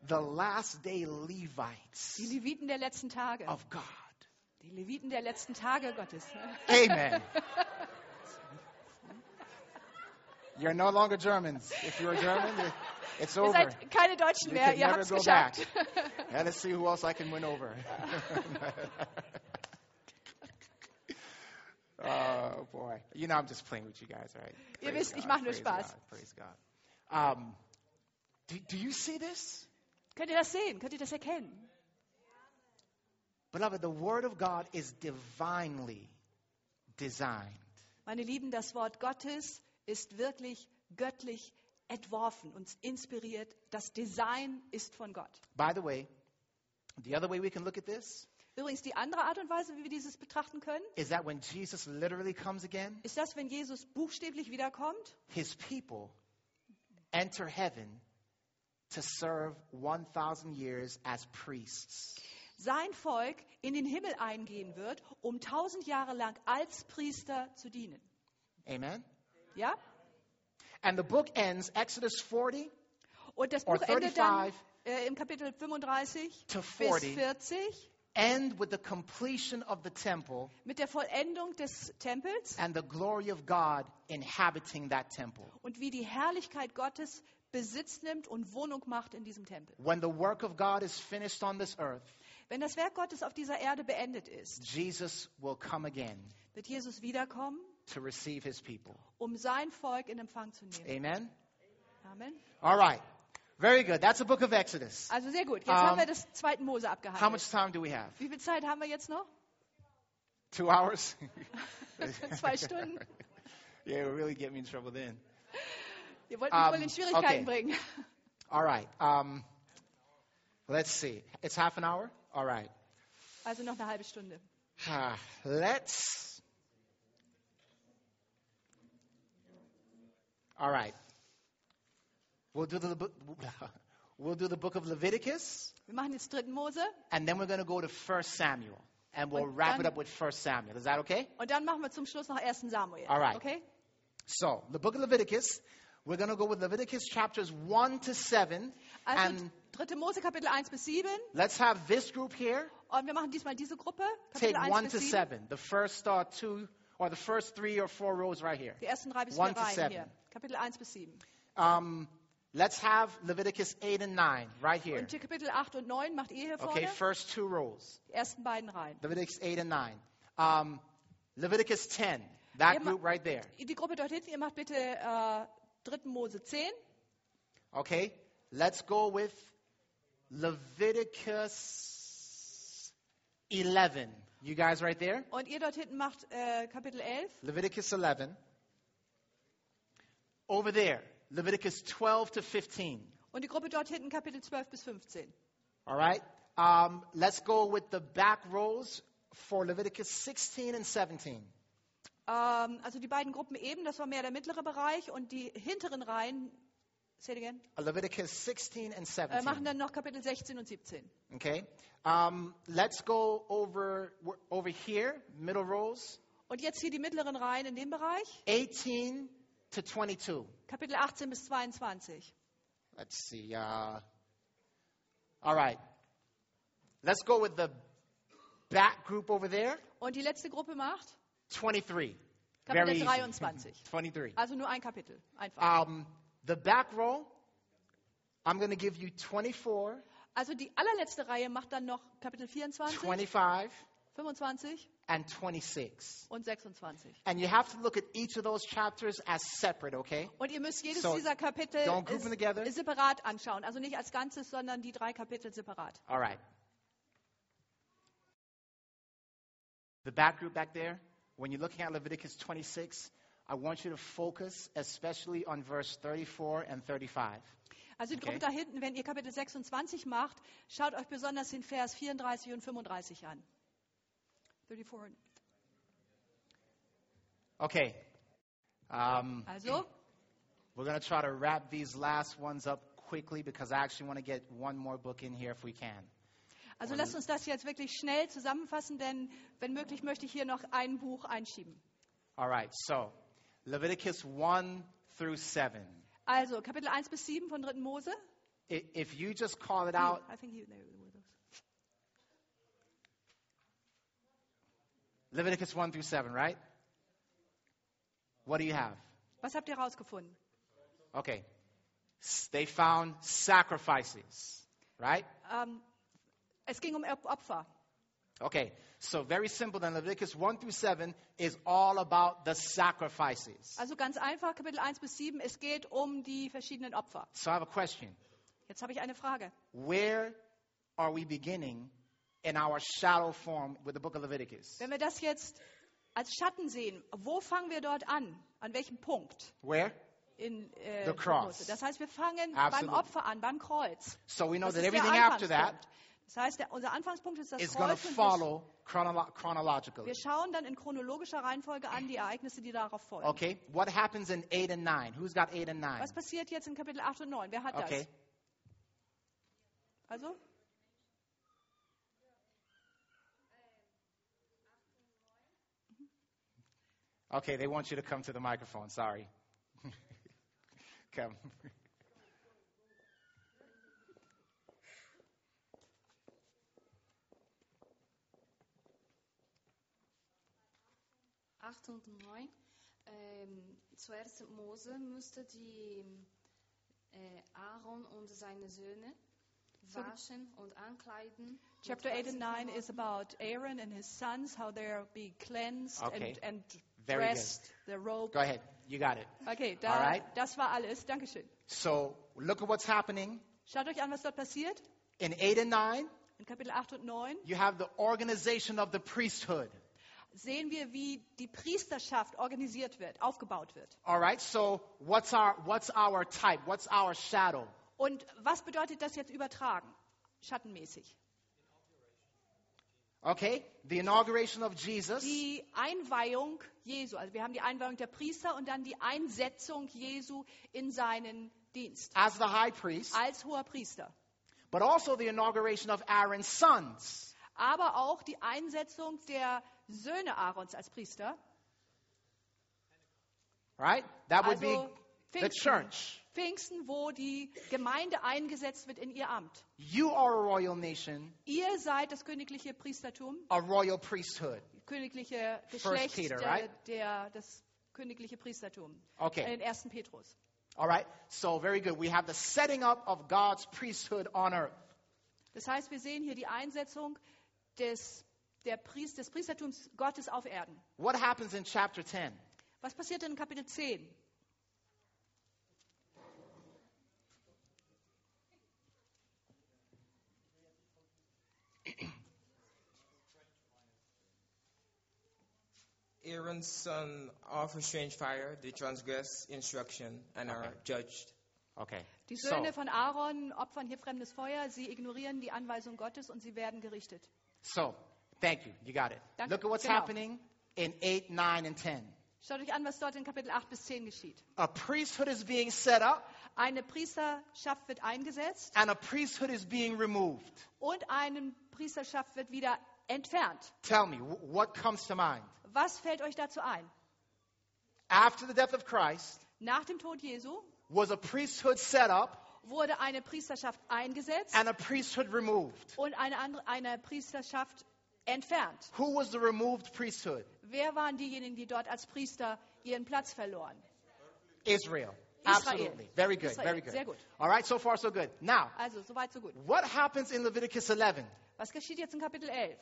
S1: the last day
S2: die
S1: Levites
S2: Leviten der letzten Tage.
S1: of God.
S2: Die Leviten der letzten Tage Gottes.
S1: Amen. You're no longer Germans. If you're a German, it- it's
S2: Ihr
S1: over.
S2: seid keine Deutschen
S1: You
S2: mehr,
S1: can
S2: ihr
S1: never
S2: habt es
S1: go
S2: geschafft.
S1: back. Now let's see who else I can win over. oh boy! You know I'm just playing with you guys, right?
S2: Ihr wisst, ich mache nur
S1: praise
S2: Spaß.
S1: God, praise God. Um, do, do you see this,
S2: Könnt ihr das sehen? Könnt ihr das erkennen?
S1: beloved? The Word of God is divinely designed.
S2: Meine Lieben, das Wort Gottes ist wirklich göttlich entworfen, uns inspiriert. Das Design ist von Gott.
S1: By the way, the other way we can look at this
S2: Übrigens, die andere Art und Weise, wie wir dieses betrachten können,
S1: is that when Jesus literally comes again,
S2: ist das, wenn Jesus buchstäblich wiederkommt,
S1: his people enter heaven to serve 1,000 years as priests.
S2: sein Volk in den Himmel eingehen wird, um tausend Jahre lang als Priester zu dienen.
S1: Amen?
S2: Ja?
S1: And the book ends, Exodus 40
S2: Und das
S1: Or
S2: Buch endet dann
S1: 35
S2: äh, im Kapitel 35
S1: to
S2: bis
S1: 40.
S2: 40
S1: end with the completion of the temple
S2: mit der Vollendung des Tempels
S1: and the glory of God inhabiting that temple.
S2: und wie die Herrlichkeit Gottes Besitz nimmt und Wohnung macht in diesem Tempel.
S1: When the work of God is finished on this earth,
S2: Wenn das Werk Gottes auf dieser Erde beendet ist,
S1: Jesus will come again
S2: wird Jesus wiederkommen,
S1: to receive his people.
S2: um sein Volk in Empfang zu nehmen.
S1: Amen?
S2: Amen.
S1: All right. Very good. That's the book of Exodus.
S2: Also sehr gut. Jetzt
S1: Ähm,
S2: haben wir das zweiten Mose
S1: How much
S2: abgehandelt.
S1: time do we have?
S2: Wie viel Zeit haben wir jetzt noch?
S1: Two hours?
S2: Zwei Stunden.
S1: yeah, it'll really get me in trouble then.
S2: Ihr wollt mich
S1: Ähm,
S2: wohl in
S1: okay.
S2: Schwierigkeiten bringen.
S1: All right. Um, let's see. It's half an hour? All right.
S2: Also noch eine halbe Stunde.
S1: Ah, Let's. All right. We'll do the, book- we'll do the book of Leviticus,
S2: Wir machen jetzt dritten Mose
S1: and then we're going to go to 1 Samuel, and we'll
S2: Und
S1: wrap
S2: dann-
S1: it up with 1 Samuel. Is that okay?
S2: und dann machen wir zum Schluss noch 1. Samuel.
S1: Alright.
S2: Okay?
S1: So, the book of Leviticus, we're going to go with Leviticus chapters 1 to 7,
S2: Also
S1: and
S2: dritte Mose Kapitel 1 bis 7
S1: let's have this group here.
S2: und wir machen diesmal diese Gruppe
S1: take
S2: Kapitel
S1: 1
S2: 1
S1: to
S2: bis 7.
S1: 7. The first uh, two, or the first three or four rows right here.
S2: Die ersten drei bis vier
S1: One to
S2: Reihen
S1: seven.
S2: hier. Kapitel 1 bis 7.
S1: Um, let's have Leviticus 8 and 9 right here.
S2: Und hier Kapitel 8 und 9 macht ihr hier
S1: Okay,
S2: vorne,
S1: first two rows.
S2: die ersten beiden Reihen.
S1: Leviticus 8 and 9. Um, Leviticus 10, that
S2: Ihr ma-
S1: group right there.
S2: Die Gruppe dort hinten, ihr macht bitte äh, 3. Mose 10.
S1: Okay, let's go with Leviticus 11. You guys right there?
S2: Und ihr dort hinten macht äh, Kapitel 11.
S1: Leviticus 11. Over there, Leviticus 12 to 15.
S2: Und die Gruppe dort hinten Kapitel 12 bis 15.
S1: All right? Um, let's go with the back rows for Leviticus 16 and 17.
S2: Ähm, also die beiden Gruppen eben, das war mehr der mittlere Bereich. Und die hinteren Reihen, say it again,
S1: Uh, Leviticus 16 and
S2: äh,
S1: 17.
S2: machen dann noch Kapitel 16 und 17.
S1: Okay? Um, let's go over, we're over here, middle rows,
S2: Und jetzt hier die mittleren Reihen in dem Bereich,
S1: 18 to 22.
S2: Kapitel 18 bis 22.
S1: Let's see. Uh, all right. Let's go with the back group over there,
S2: Und die letzte Gruppe macht
S1: 23. Very
S2: Kapitel
S1: easy.
S2: 23.
S1: 23.
S2: Also nur ein Kapitel, einfach.
S1: Um, the back row, I'm going to give you 24,
S2: Also die allerletzte Reihe macht dann noch Kapitel 24,
S1: 25,
S2: 25
S1: and 26.
S2: und 26.
S1: And you have to look at each of those chapters as separate, okay?
S2: Und ihr müsst jedes
S1: So,
S2: dieser Kapitel
S1: don't group them together.
S2: is- separat anschauen. Also nicht als Ganzes, sondern die drei Kapitel separat.
S1: All right. The back group back there, when you're looking at Leviticus 26, I want you to focus especially on verse 34 and 35.
S2: Also die
S1: Okay.
S2: Gruppe da hinten, wenn ihr Kapitel 26 macht, schaut euch besonders den Vers 34 und 35 an. 34.
S1: Okay. Um,
S2: Also,
S1: we're going to try to wrap these last ones up quickly because I actually want to get one more book in here if we can.
S2: also lasst uns das jetzt wirklich schnell zusammenfassen, denn wenn möglich möchte ich hier noch ein Buch einschieben.
S1: All right. So, Leviticus 1 through 7.
S2: Also Kapitel 1 bis 7 von 3. Mose.
S1: I- If you just call it
S2: Hm,
S1: out,
S2: I think you know those.
S1: Leviticus 1 through 7, right? What do you have?
S2: Was habt ihr rausgefunden?
S1: Okay. S- They found sacrifices, right?
S2: Ähm, es ging um Op- Opfer.
S1: Okay. So very simple then Leviticus 1 through 7 is all about the sacrifices.
S2: Also ganz einfach, Kapitel 1 bis 7, es geht um die verschiedenen Opfer.
S1: So I have a question.
S2: Jetzt habe ich eine Frage.
S1: Where are we beginning in our shadow form with the book of Leviticus?
S2: Wenn wir das jetzt als Schatten sehen, wo fangen wir dort an? An welchem Punkt?
S1: Where?
S2: In, äh,
S1: The cross.
S2: Mose? Das heißt, wir fangen
S1: Absolutely.
S2: beim Opfer an, beim Kreuz.
S1: So we know
S2: Das
S1: that
S2: ist der
S1: everything after that
S2: Anfangspunkt. Das heißt, der, unser Anfangspunkt ist das
S1: is going to
S2: Kreuz. Und wir,
S1: follow chronolo- chronologically.
S2: wir schauen dann in chronologischer Reihenfolge an die Ereignisse, die darauf folgen.
S1: Okay? What happens in 8 and 9? Who's got 8 and 9?
S2: Was passiert jetzt in Kapitel 8 und 9? Wer hat
S1: Okay.
S2: das? Also,
S1: Okay, they want you to come to the microphone. Sorry. come.
S5: Acht und neun. Ähm, zuerst Mose musste die äh, Aaron und seine Söhne waschen und ankleiden. mit
S2: Chapter 8 and
S5: Wasser
S2: 9 is about Aaron and his sons, how they're being cleansed
S1: Okay.
S2: and, and
S1: Very good.
S2: dressed, the robe.
S1: Go ahead. You got it.
S2: Okay, da,
S1: Alright.
S2: das war alles. Dankeschön.
S1: So look at what's happening
S2: Schaut euch an, was dort passiert.
S1: in 8 and 9.
S2: In Kapitel 8 und 9
S1: You have the organization of the priesthood.
S2: sehen wir, wie die Priesterschaft organisiert wird, aufgebaut wird.
S1: All right. So what's our what's our type? What's our shadow?
S2: Und was bedeutet das jetzt übertragen? Schattenmäßig.
S1: Okay? The inauguration of Jesus.
S2: Die Einweihung Jesu. Also wir haben die Einweihung der Priester und dann die Einsetzung Jesu in seinen Dienst
S1: as the high priest,
S2: als hoher Priester.
S1: but also the inauguration of Aaron's sons.
S2: aber auch die Einsetzung der Söhne Aarons als Priester.
S1: Right? That would
S2: Also
S1: be the
S2: Pfingsten.
S1: church.
S2: Pfingsten, wo die Gemeinde eingesetzt wird in ihr Amt.
S1: You are a royal nation,
S2: Ihr seid das königliche Priestertum,
S1: a royal priesthood.
S2: königliche
S1: First
S2: Geschlecht,
S1: Peter,
S2: der,
S1: right?
S2: der, das königliche Priestertum.
S1: Okay.
S2: In 1. Petrus.
S1: All right? So, very good. We have the setting up of God's priesthood on earth.
S2: Das heißt, wir sehen hier die Einsetzung des, der Priest, des Priestertums Gottes auf Erden.
S1: What happens in chapter 10?
S2: Was passiert denn in Kapitel 10?
S7: Aaron's
S2: uh,
S7: son offer strange fire, they transgress instruction and are
S1: Okay.
S7: judged.
S1: Okay.
S2: Die
S1: So,
S2: Söhne von Aaron opfern hier fremdes Feuer, sie ignorieren die Anweisung Gottes und sie werden gerichtet.
S1: so, thank you. You got it.
S2: Danke.
S1: Look at what's
S2: Genau.
S1: happening in 8, 9, and 10.
S2: Schaut euch an, was dort in Kapitel 8 bis 10 geschieht.
S1: A priesthood is being set up
S2: Eine Priesterschaft wird eingesetzt
S1: and a priesthood is being removed.
S2: und eine Priesterschaft wird wieder entfernt.
S1: Tell me, wh- what comes to mind?
S2: Was fällt euch dazu ein?
S1: After the death of Christ,
S2: Nach dem Tod Jesu
S1: was a priesthood set up
S2: wurde eine Priesterschaft eingesetzt
S1: and a priesthood removed.
S2: und eine, andere, eine Priesterschaft entfernt.
S1: Who was the removed priesthood?
S2: Wer waren diejenigen, die dort als Priester ihren Platz verloren?
S1: Israel.
S2: Israel.
S1: Absolutely. Very good.
S2: Israel.
S1: Very good.
S2: Sehr gut.
S1: All right, so far so good. Now,
S2: Also, soweit, so gut.
S1: what happens in Leviticus 11?
S2: Was geschieht jetzt in Kapitel 11?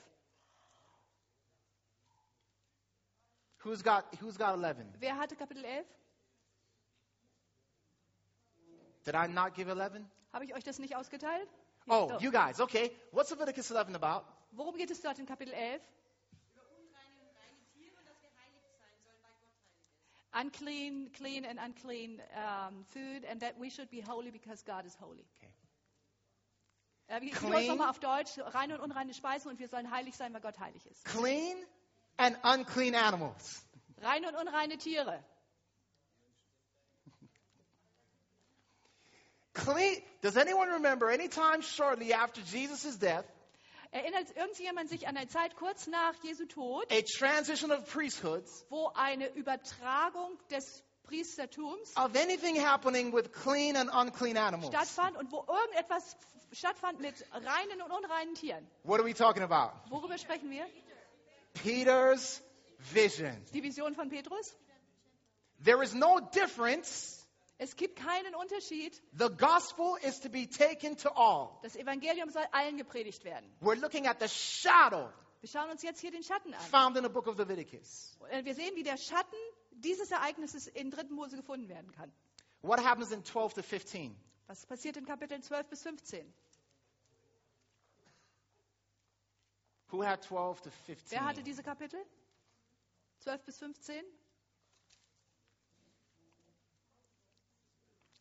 S1: Who's got who's got 11?
S2: Wer hatte Kapitel 11?
S1: Did I not give 11?
S2: Habe ich euch das nicht ausgeteilt?
S1: Oh,
S2: Doch.
S1: you guys. Okay. What's Leviticus 11 about?
S2: Worum geht es dort in Kapitel 11? Unclean, clean and unclean um, food and that we should be holy because God is holy.
S1: Okay.
S2: Äh, wir
S1: Clean.
S2: wir es nochmal auf Deutsch. Reine und unreine Speisen und wir sollen heilig sein, weil Gott heilig ist.
S1: Clean and unclean animals.
S2: Reine und unreine Tiere.
S1: Clean. Does anyone remember any time shortly after Jesus' death,
S2: Erinnert irgendjemand sich an eine Zeit kurz nach Jesu Tod,
S1: a transition of priesthoods,
S2: wo eine Übertragung des Priestertums
S1: of anything happening with clean and unclean animals?
S2: stattfand und wo irgendetwas f- stattfand mit reinen und unreinen Tieren?
S1: What are we talking about?
S2: Worüber sprechen wir?
S1: Peter's vision.
S2: Die Vision von Petrus?
S1: There is no difference.
S2: Es gibt keinen Unterschied.
S1: The gospel is to be taken to all.
S2: Das Evangelium soll allen gepredigt werden.
S1: We're looking at the shadow
S2: Wir schauen uns jetzt hier den Schatten an.
S1: found in the book of Leviticus.
S2: Äh, Wir sehen, wie der Schatten dieses Ereignisses in 3. Mose gefunden werden kann.
S1: What happens in 12 to 15?
S2: Was passiert in Kapiteln 12 bis 15?
S1: Who had 12 to 15?
S2: Wer hatte diese Kapitel? 12 bis 15?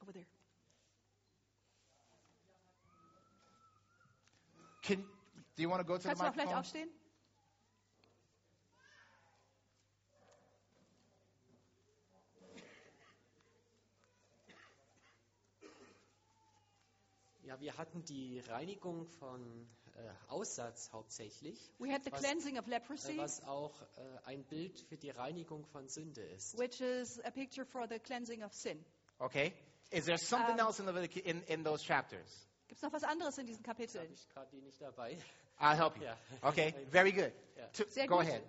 S2: Over there.
S1: Can, do you want to go to the
S2: Kannst du noch vielleicht
S1: microphone?
S2: aufstehen?
S8: Ja, wir hatten die Reinigung von äh, Aussatz hauptsächlich,
S2: We had the
S8: Was-
S2: cleansing of
S8: äh,
S2: leprosy,
S8: was auch äh, ein Bild für die Reinigung von Sünde ist.
S2: which is a picture for the cleansing of sin.
S1: Okay. Is there something
S2: Um,
S1: else in, Leviticus, in, in those chapters?
S2: Gibt es noch was anderes in diesen
S8: Habe
S2: Kapiteln?
S8: ich gerade die nicht dabei.
S1: I'll help you.
S8: Ja.
S1: Okay. Very good.
S8: Ja.
S1: To-
S2: Sehr
S1: go
S2: gut.
S1: ahead.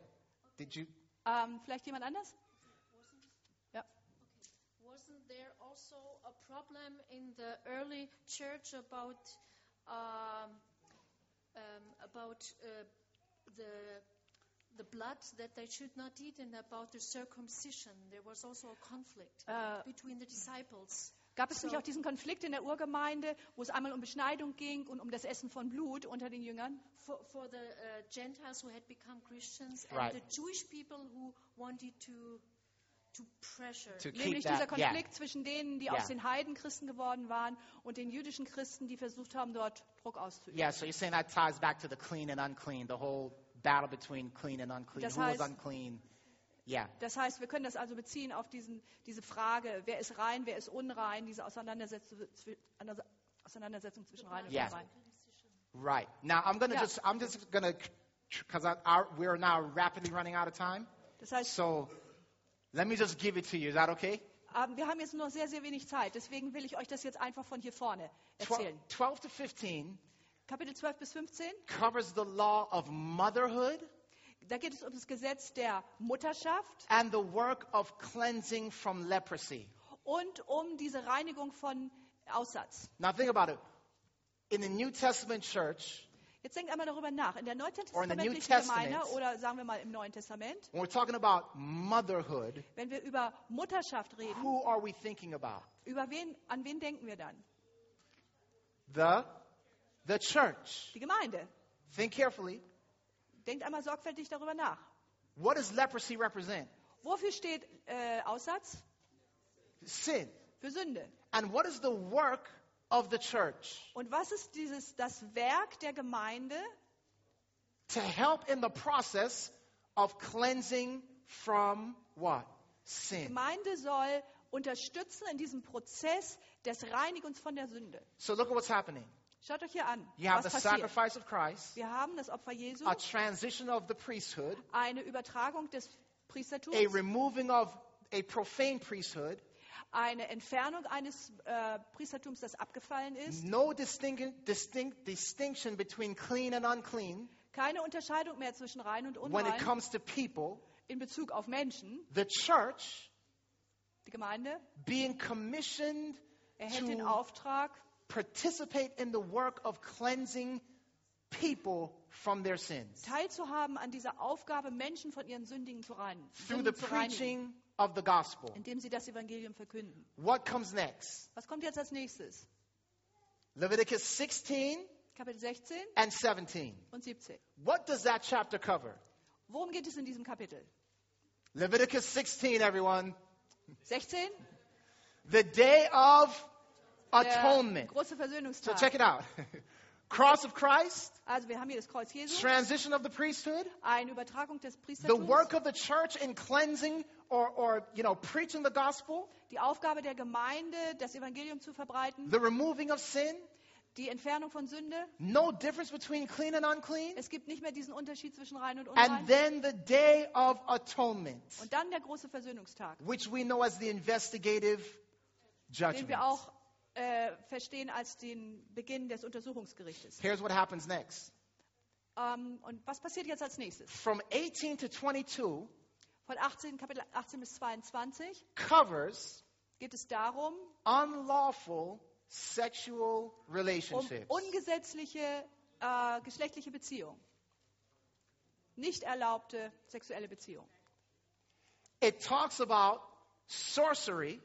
S1: Did you?
S2: Ähm, vielleicht jemand anders?
S3: Wasn't there also a problem in the early church about um, um, about uh, the the blood that they should not eat and about the circumcision? There was also a conflict
S2: Äh,
S3: between the disciples.
S2: Gab es
S3: So-
S2: nicht auch diesen Konflikt in der Urgemeinde, wo es einmal um Beschneidung ging und um das Essen von Blut unter den Jüngern?
S3: For, for the uh, Gentiles who had become Christians and
S1: Right.
S3: the Jewish people who wanted to to pressure
S1: To keep
S2: Nämlich dieser
S1: that. Yeah.
S2: Konflikt zwischen denen, die
S1: Ja.
S2: aus den Heiden Christen geworden waren und den jüdischen Christen, die versucht haben, dort Druck auszuüben.
S1: Yeah. So you're saying that ties back to the clean and unclean, the whole battle between clean and unclean.
S2: Das
S1: Who was
S2: heißt-
S1: unclean? Yeah.
S2: Das heißt, wir können das also beziehen auf diesen, diese Frage, wer ist rein, wer ist unrein, diese Auseinandersetzung, zwi- Ander- Auseinandersetzung zwischen rein und
S1: Ja.
S2: unrein.
S1: Right. Now I'm gonna
S2: Yeah.
S1: just I'm just gonna because I, I, we're now rapidly running out of time.
S2: Das heißt,
S1: So let me just give it to you. Is that okay?
S2: ähm, wir haben jetzt nur sehr, sehr wenig Zeit. Deswegen will ich euch das jetzt einfach von hier vorne
S1: Twel-
S2: erzählen.
S1: 12 to 15
S2: Kapitel 12 bis 15.
S1: covers the law of motherhood
S2: Da geht es um das Gesetz der Mutterschaft
S1: and the work of cleansing from leprosy.
S2: und um diese Reinigung von Aussatz.
S1: Now think about it. In the New Testament church,
S2: Jetzt denkt einmal darüber nach. In der
S1: Or in the New
S2: neutestamentlichen Gemeinde
S1: Testament.
S2: oder sagen wir mal im Neuen Testament,
S1: when we're talking about motherhood,
S2: wenn wir über Mutterschaft reden,
S1: who are we thinking about?
S2: über wen, an wen denken wir dann?
S1: The the church.
S2: Die Gemeinde.
S1: Think carefully.
S2: Denkt einmal sorgfältig darüber nach.
S1: What does leprosy represent?
S2: Wofür steht äh, Aussatz?
S1: Sin.
S2: Für Sünde.
S1: And what is the work of the church?
S2: Und was ist dieses, das Werk der Gemeinde,
S1: To help in the process of cleansing from what? Sin.
S2: Gemeinde soll unterstützen in diesem Prozess des Reinigens von der Sünde.
S1: So look at what's happening.
S2: Schaut euch hier an,
S1: You have
S2: was
S1: the
S2: passiert.
S1: sacrifice of Christ,
S2: Wir haben das Opfer Jesu,
S1: a transition of the priesthood,
S2: eine Übertragung des Priestertums,
S1: a removing of a profane priesthood,
S2: eine Entfernung eines äh, Priestertums, das abgefallen ist,
S1: no distinct, distinct, distinction between clean and unclean,
S2: Keine Unterscheidung mehr zwischen rein und
S1: Mhm. When it
S2: unrein
S1: comes to people,
S2: in Bezug auf Menschen,
S1: the church
S2: die Gemeinde.
S1: being commissioned
S2: Er hätte den
S1: to
S2: Auftrag,
S1: participate in the work of cleansing people from their sins
S2: teilzuhaben an dieser Aufgabe, Menschen von ihren Sündigen zu reinigen,
S1: through the
S2: Sünden zu reinigen
S1: preaching of the gospel.
S2: indem sie das Evangelium verkünden.
S1: What comes next?
S2: Was kommt jetzt als nächstes?
S1: Leviticus 16
S2: Kapitel 16
S1: and 17.
S2: und 17.
S1: What does that chapter cover?
S2: Worum geht es in diesem Kapitel?
S1: Leviticus 16, everyone.
S2: 16?
S1: The day of
S2: Der
S1: atonement. So
S2: große
S1: check
S2: Versöhnungstag.
S1: it out. Cross of Christ,
S2: Also wir haben hier das Kreuz Jesu,
S1: transition of the priesthood,
S2: eine Übertragung des
S1: the
S2: Priestertums,
S1: work of the church in cleansing or, or you know, preaching the gospel,
S2: die Aufgabe der Gemeinde, das Evangelium zu verbreiten,
S1: the removing of sin,
S2: die Entfernung von Sünde.
S1: no difference between clean and unclean,
S2: Es gibt nicht mehr diesen Unterschied zwischen rein und
S1: and
S2: unrein.
S1: then the day of atonement,
S2: Und dann der große Versöhnungstag,
S1: which we know as the investigative
S2: den
S1: judgment.
S2: wir auch äh, verstehen als den Beginn des Untersuchungsgerichtes.
S1: Here's what happens next.
S2: Ähm, und was passiert jetzt als nächstes?
S1: From 18 to 22
S2: Von 18, Kapitel 18 bis 22
S1: covers
S2: geht es darum,
S1: unlawful sexual
S2: um
S1: relationships.
S2: ungesetzliche äh, geschlechtliche Beziehung. Nicht erlaubte sexuelle Beziehung.
S1: It talks about sorcery,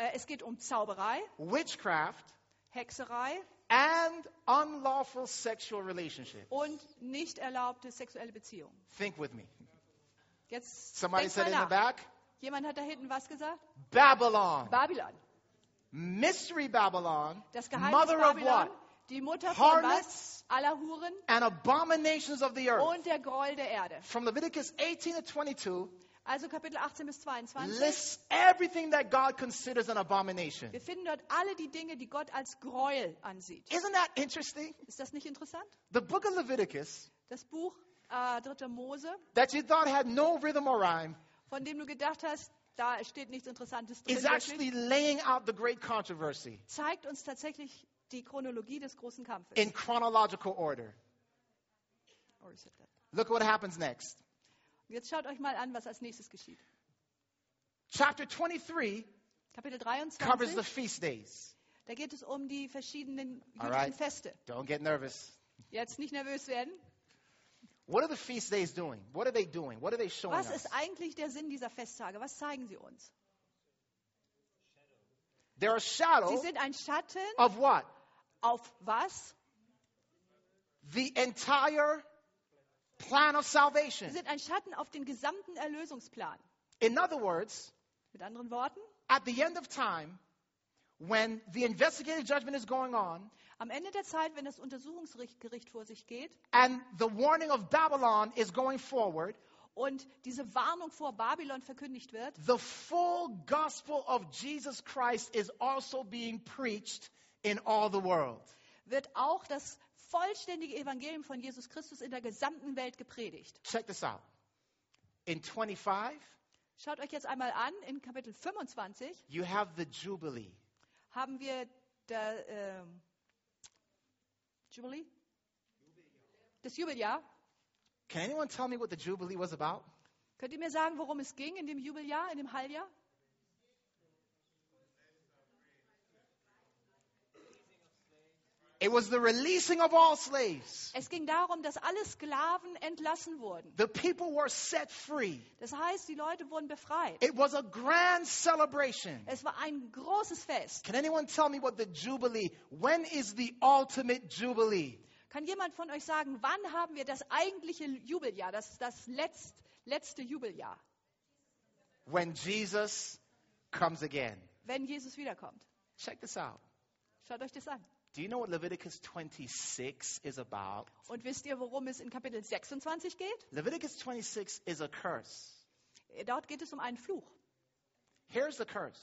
S2: Äh, es geht um Zauberei,
S1: witchcraft,
S2: Hexerei
S1: and unlawful sexual relationship.
S2: und nicht erlaubte sexuelle Beziehung.
S1: Think with me.
S2: Jetzt
S1: Somebody
S2: denkt
S1: said
S2: mal
S1: in the
S2: nach.
S1: back,
S2: Jemand hat da hinten was gesagt?
S1: Babylon,
S2: Babylon.
S1: mystery Babylon,
S2: Das Geheimnis
S1: mother of
S2: Babylon,
S1: what?
S2: die Mutter von
S1: Harlots
S2: was? Aller Huren
S1: And abominations of the earth.
S2: und der Groll der Erde.
S1: From Leviticus 18 to 22
S2: Also Kapitel 18 bis 22.
S1: lists everything that God considers an abomination.
S2: Wir finden dort alle die Dinge, die Gott als Gräuel ansieht.
S1: Isn't that interesting?
S2: Ist das nicht interessant?
S1: The book of Leviticus
S2: Das Buch äh, 3. Mose,
S1: that you thought had no rhythm or rhyme
S2: von dem du gedacht hast, da steht nichts Interessantes drin,
S1: is actually
S2: wirklich,
S1: laying out the great controversy
S2: zeigt uns tatsächlich die Chronologie des großen Kampfes. Oh,
S1: in chronological order.
S2: Or is it that?
S1: Look what happens next.
S2: Jetzt schaut euch mal an, was als nächstes geschieht.
S1: Chapter 23
S2: Kapitel
S1: covers the
S2: 23,
S1: feast days.
S2: da geht es um die verschiedenen jüdischen
S1: Alright.
S2: Feste.
S1: Don't get nervous.
S2: Jetzt nicht nervös werden.
S1: What are the feast days doing? What are they doing? What are they showing
S2: Was
S1: us?
S2: ist eigentlich der Sinn dieser Festtage? Was zeigen sie uns?
S1: They're a shadow
S2: Sie sind ein Schatten
S1: of what?
S2: auf was?
S1: The entire plan of
S2: Sie
S1: salvation.
S2: sind ein Schatten auf den gesamten Erlösungsplan.
S1: In other words,
S2: Mit anderen Worten,
S1: at the end of time, when the investigative judgment is going on,
S2: am Ende der Zeit, wenn das Untersuchungsgericht vor sich geht,
S1: and the warning of Babylon is going forward,
S2: und diese Warnung vor Babylon verkündigt wird,
S1: the full gospel of Jesus Christ is also being preached in all the world.
S2: wird auch das vollständige Evangelium von Jesus Christus in der gesamten Welt gepredigt.
S1: Check this out. In 25,
S2: Schaut euch jetzt einmal an, in Kapitel 25
S1: you have the Jubilee.
S2: haben wir der, ähm, Jubilee? das Jubeljahr.
S1: Can anyone tell me what the Jubilee was about?
S2: Könnt ihr mir sagen, worum es ging in dem Jubeljahr, in dem Halljahr?
S1: It was the releasing of all slaves.
S2: Es ging darum, dass alle Sklaven entlassen wurden.
S1: The people were set free.
S2: Das heißt, die Leute wurden befreit.
S1: It was a grand celebration.
S2: Es war ein großes Fest.
S1: Can anyone tell me what the Jubilee? When is the ultimate Jubilee?
S2: Kann jemand von euch sagen, wann haben wir das eigentliche Jubeljahr, das, das letzt, letzte Jubeljahr,
S1: When Jesus comes again.
S2: wenn Jesus wiederkommt?
S1: Check this out.
S2: Schaut euch das an.
S1: Do you know what Leviticus 26 is about?
S2: Und wisst ihr, worum es in Kapitel 26 geht?
S1: Leviticus 26 is a curse.
S2: Dort geht es um einen Fluch.
S1: Here's the curse.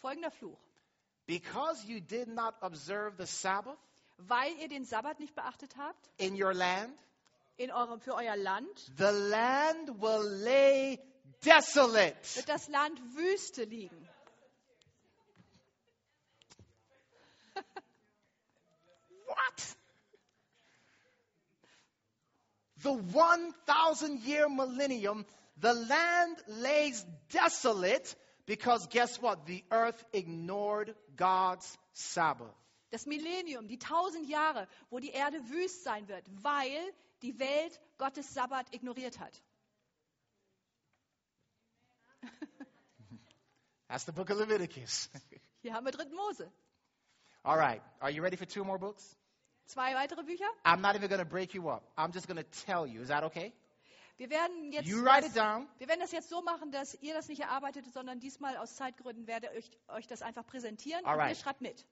S2: Folgender Fluch.
S1: Because you did not observe the Sabbath
S2: Weil ihr den Sabbat nicht beachtet habt,
S1: in your land,
S2: in eurem, für euer Land,
S1: the land will lay desolate.
S2: wird das Land Wüste liegen.
S1: What? the 1,000 year millennium, the land lays desolate because guess what? The earth ignored God's Sabbath.
S2: Das Millennium, die tausend Jahre, wo die Erde wüst sein wird, weil die Welt Gottes Sabbat ignoriert hat.
S1: That's the book of Leviticus.
S2: Hier haben wir 3. Mose.
S1: All right, are you ready for two more books?
S2: Zwei weitere Bücher.
S1: I'm not even going to break you up. I'm just going to tell you. Is that okay?
S2: Wir werden jetzt
S1: You write
S2: das,
S1: it down.
S2: wir werden das jetzt so machen, dass ihr das nicht erarbeitet, sondern diesmal aus Zeitgründen werde ich euch das einfach präsentieren und ihr
S1: Alright.
S2: schreibt mit.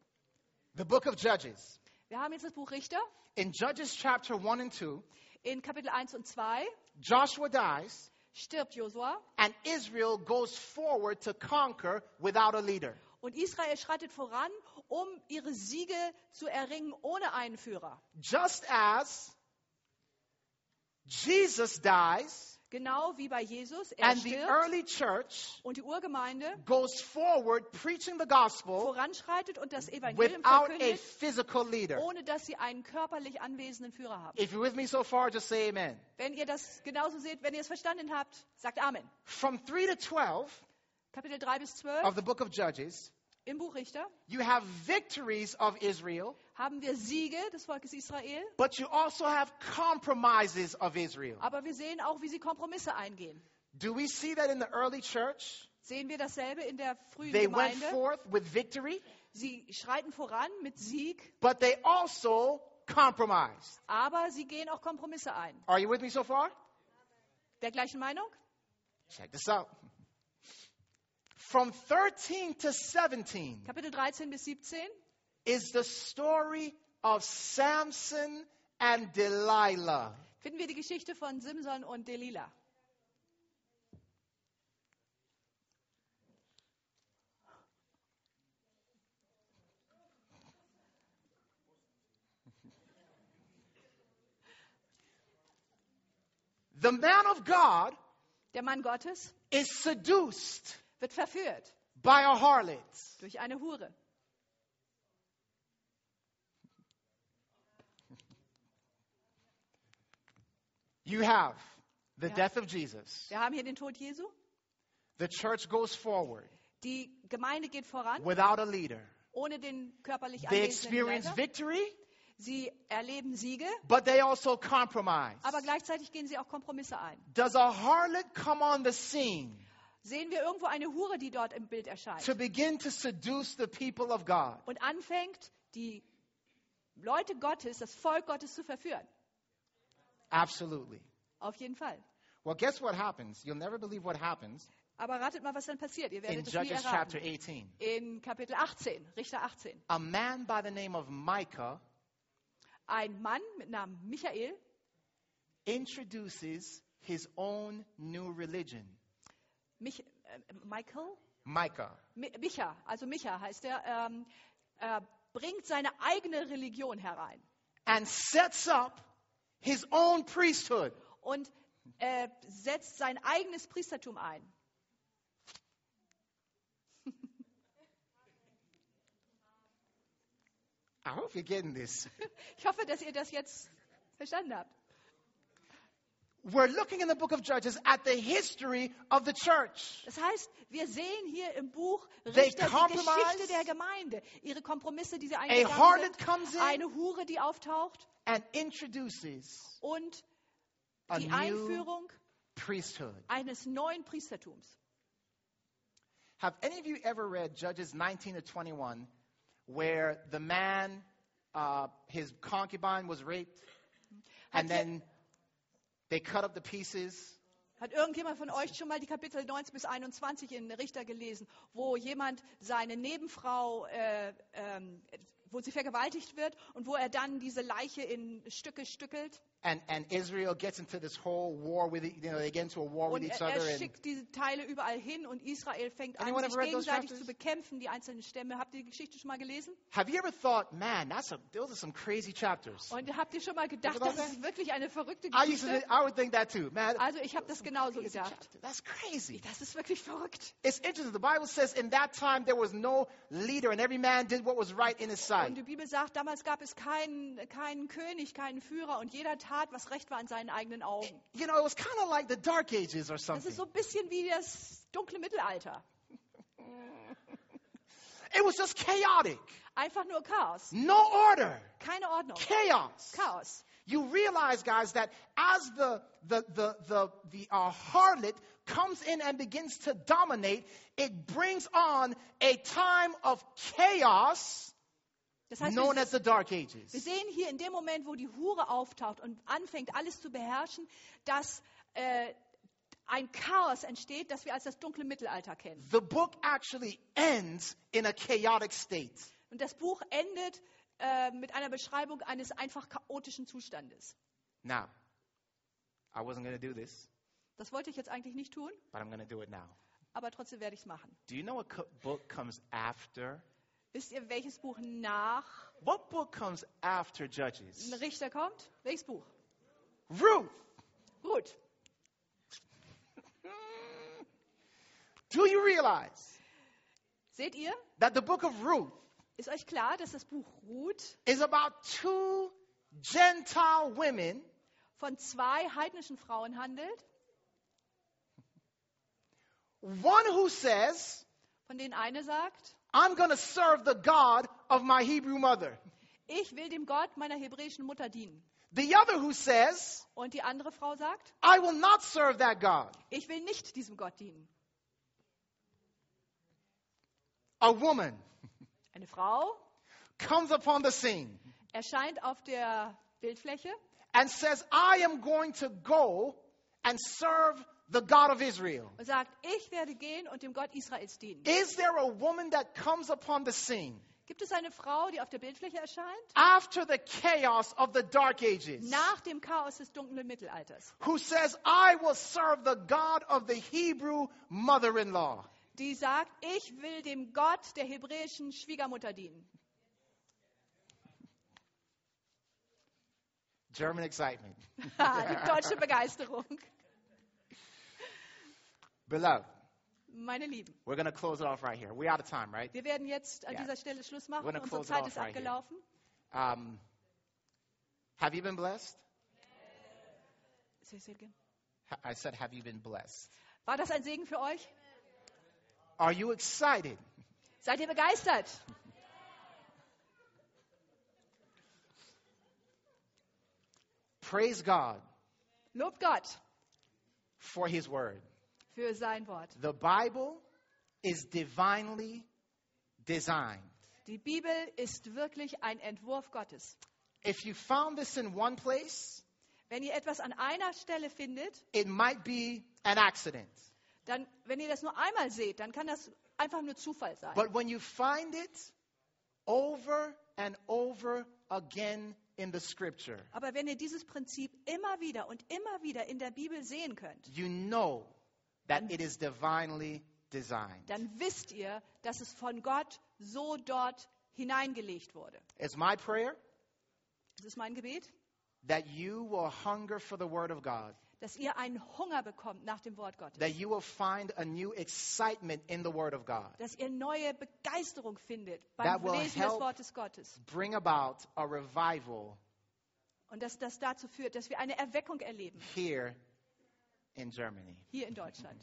S1: The book of Judges.
S2: Wir haben jetzt das Buch Richter
S1: In Judges chapter 1 and 2,
S2: in Kapitel 1 und 2.
S1: Joshua dies
S2: Stirbt Josua
S1: and Israel goes forward to conquer without a leader.
S2: und Israel schreitet voran, um ihre Siege zu erringen ohne einen Führer.
S1: Just as Jesus dies
S2: Genau wie bei Jesus. Er
S1: and the
S2: stirbt
S1: early church
S2: und die Urgemeinde
S1: goes forward preaching the gospel
S2: voranschreitet und das Evangelium
S1: without a
S2: verkündet,
S1: physical leader.
S2: ohne dass sie einen körperlich anwesenden Führer haben.
S1: If you're with me so far, just say amen.
S2: Wenn ihr das genauso seht, wenn ihr es verstanden habt, sagt Amen.
S1: From 3 to 12
S2: Kapitel 3 bis 12
S1: of the book of Judges,
S2: im Buch Richter
S1: you have victories of Israel,
S2: haben wir Siege des Volkes Israel,
S1: but you also have compromises of Israel.
S2: aber wir sehen auch, wie sie Kompromisse eingehen.
S1: Do we see that in the early church?
S2: Sehen wir dasselbe in der frühen
S1: They went
S2: Gemeinde?
S1: forth with victory,
S2: Sie schreiten voran mit Sieg,
S1: but they also compromised.
S2: aber sie gehen auch Kompromisse ein.
S1: Are you with me so far?
S2: Der gleichen Meinung?
S1: Check this out. From 13 to 17
S2: Kapitel 13 bis 17
S1: is the story of Samson and Delilah.
S2: finden wir die Geschichte von Simson und Delila.
S1: The man of God
S2: Der Mann Gottes
S1: is seduced
S2: wird verführt
S1: by a harlot.
S2: durch eine Hure.
S1: You have the
S2: Ja.
S1: death of Jesus.
S2: Wir haben hier den Tod Jesu.
S1: The church goes forward
S2: Die Gemeinde geht voran,
S1: without a leader.
S2: ohne den körperlich
S1: They
S2: anwesenden
S1: experience
S2: Leiter.
S1: victory,
S2: Sie erleben Siege,
S1: but they also compromise.
S2: aber gleichzeitig gehen sie auch Kompromisse ein.
S1: Does a harlot come on the scene
S2: Sehen wir irgendwo eine Hure, die dort im Bild erscheint
S1: to begin to seduce the people of God?
S2: und anfängt, die Leute Gottes, das Volk Gottes zu verführen?
S1: Absolutely.
S2: Auf jeden Fall.
S1: Well, guess what happens? You'll never believe what happens
S2: Aber ratet mal, was dann passiert. Ihr
S1: in
S2: werdet es nie
S1: Judges chapter
S2: erraten.
S1: 18.
S2: In Kapitel 18, Richter 18.
S1: A man by the name of Micah
S2: Ein Mann mit Namen Michael
S1: introduces his own new religion.
S2: Mich, äh, Michael?
S1: Micah.
S2: Mi, Micha, also Micha heißt er, ähm, äh, bringt seine eigene Religion herein
S1: And sets up his own priesthood.
S2: und äh, setzt sein eigenes Priestertum ein.
S1: I hope you're getting this.
S2: Ich hoffe, dass ihr das jetzt verstanden habt.
S1: We're looking in the book of Judges at the history of the church.
S2: Das heißt, wir sehen hier im Buch
S1: They
S2: Richter die
S1: compromise.
S2: Geschichte der Gemeinde, ihre Kompromisse, die sie
S1: harlot
S2: eingegangen
S1: comes in.
S2: sind, eine Hure, die auftaucht
S1: And introduces
S2: und
S1: a
S2: die
S1: new
S2: Einführung
S1: priesthood.
S2: eines neuen Priestertums.
S1: Have any of you ever read Judges 19 to 21, where the man, uh, his concubine was raped, and
S2: Hat,
S1: then they cut up the pieces?
S2: hat irgendjemand von euch schon mal die Kapitel 19 bis 21 in Richter gelesen, wo jemand seine Nebenfrau, äh, ähm, wo sie vergewaltigt wird und wo er dann diese Leiche in Stücke stückelt?
S1: And, and Israel gets into this whole war with, e- you know, they get into a war
S2: Und
S1: with
S2: er,
S1: each other.
S2: er
S1: And
S2: schickt diese Teile überall hin und Israel fängt an,
S1: Anyone
S2: sich
S1: ever read those
S2: gegenseitig
S1: chapters?
S2: zu bekämpfen, die einzelnen Stämme. Habt ihr die Geschichte schon mal gelesen?
S1: have you ever thought, man, that's a, those are some crazy chapters?
S2: Und habt ihr schon mal gedacht,
S1: Ever thought
S2: das ist wirklich eine verrückte
S1: I used to,
S2: Geschichte?
S1: thi- I would think that too, man.
S2: Also ich habe das genauso
S1: crazy
S2: gedacht.
S1: chapter. That's crazy.
S2: Das ist wirklich verrückt.
S1: It's interesting. The Bible says in that time there was no leader, and every man did what was right in his
S2: Und
S1: right.
S2: die Bibel sagt, damals gab es keinen, keinen König, keinen Führer und jeder tat, was recht war in seinen eigenen Augen.
S1: You know, it was kind of like the Dark Ages or
S2: Das
S1: something.
S2: ist so ein bisschen wie das dunkle Mittelalter.
S1: It was just chaotic.
S2: Einfach nur Chaos.
S1: No order.
S2: Keine Ordnung.
S1: Chaos.
S2: Chaos.
S1: You realize, guys, that as the the the the, the uh, harlot comes in and begins to dominate, it brings on a time of chaos
S2: Das heißt,
S1: known
S2: wir,
S1: as the Dark
S2: wir
S1: Ages.
S2: sehen hier in dem Moment, wo die Hure auftaucht und anfängt, alles zu beherrschen, dass äh, ein Chaos entsteht, das wir als das dunkle Mittelalter kennen.
S1: The book actually ends in a chaotic state.
S2: Und das Buch endet äh, mit einer Beschreibung eines einfach chaotischen Zustandes.
S1: Now, I wasn't going to do this,
S2: Das wollte ich jetzt eigentlich nicht tun,
S1: but I'm going to do it now.
S2: aber trotzdem werde ich es machen.
S1: Do you know what co- book comes after?
S2: Wisst ihr, welches Buch nach
S1: What book comes after Judges?
S2: ein Richter kommt? Welches Buch?
S1: Ruth.
S2: Ruth.
S1: Do you realize
S2: Seht ihr?
S1: that the book of Ruth
S2: Ist euch klar, dass das Buch Ruth
S1: is about two Gentile women
S2: von zwei heidnischen Frauen handelt,
S1: One who says,
S2: von denen eine sagt,
S1: I'm going to serve the God of my Hebrew mother.
S2: ich will dem Gott meiner hebräischen Mutter dienen.
S1: The other who says,
S2: Und die andere Frau sagt,
S1: I will not serve that God.
S2: ich will nicht diesem Gott dienen.
S1: A woman
S2: Eine Frau
S1: comes upon the scene
S2: erscheint auf der Bildfläche
S1: and says, I am going to go and serve the God of Israel.
S2: und sagt, ich werde gehen und dem Gott Israels dienen.
S1: Is there a woman that comes upon the scene
S2: Gibt es eine Frau, die auf der Bildfläche erscheint?
S1: after the chaos of the Dark Ages
S2: Nach dem Chaos des dunklen Mittelalters.
S1: who says, I will serve the God of the Hebrew mother in law?
S2: Die sagt, ich will dem Gott der hebräischen Schwiegermutter dienen.
S1: German excitement.
S2: Ha, die deutsche Begeisterung.
S1: Beloved,
S2: Meine Lieben,
S1: we're going to close it off right here. We're out of time, right?
S2: wir werden jetzt an
S1: Yeah.
S2: dieser Stelle Schluss
S1: We're
S2: machen.
S1: gonna
S2: Unsere
S1: close it
S2: Zeit
S1: off
S2: ist
S1: right here.
S2: abgelaufen.
S1: Um, have you been blessed?
S2: Sehr, sehr gerne.
S1: Ha- I said, have you been blessed?
S2: War das ein Segen für euch?
S1: Are you excited?
S2: Seid ihr begeistert?
S1: Praise God
S2: Lobt Gott
S1: for His Word.
S2: für sein Wort.
S1: The Bible is divinely designed.
S2: Die Bibel ist wirklich ein Entwurf Gottes.
S1: If you found this in one place,
S2: Wenn ihr etwas an einer Stelle findet,
S1: it might be an accident.
S2: dann, wenn ihr das nur einmal seht, dann kann das einfach nur Zufall sein.
S1: But when you find it over and over again in the Scripture,
S2: Aber wenn ihr dieses Prinzip immer wieder und immer wieder in der Bibel sehen könnt,
S1: you know that it is divinely designed.
S2: dann wisst ihr, dass es von Gott so dort hineingelegt wurde.
S1: It's my prayer
S2: Das ist mein Gebet,
S1: that you will hunger for the Word of God.
S2: dass ihr einen Hunger bekommt nach dem Wort Gottes,
S1: that you will find a new excitement in the Word of God.
S2: dass ihr neue Begeisterung findet
S1: That
S2: beim
S1: will
S2: Lesen
S1: help-
S2: des Wortes Gottes
S1: Bring about a revival
S2: und dass das dazu führt, dass wir eine Erweckung erleben
S1: here in Germany.
S2: hier in Deutschland.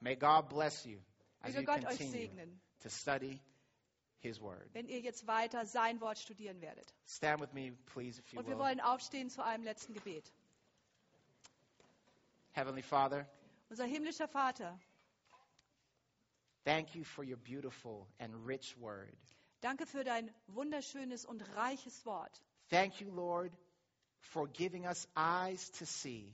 S1: May God bless you as
S2: Möge
S1: you
S2: Gott euch
S1: continue
S2: segnen,
S1: to study His Word.
S2: wenn ihr jetzt weiter sein Wort studieren werdet.
S1: Stand with me, please, if you
S2: Und wir
S1: will.
S2: wollen aufstehen zu einem letzten Gebet.
S1: Heavenly Father,
S2: Unser himmlischer Vater,
S1: thank you for your beautiful and rich Word.
S2: danke für dein wunderschönes und reiches Wort.
S1: Thank you, Lord, for giving us eyes to see.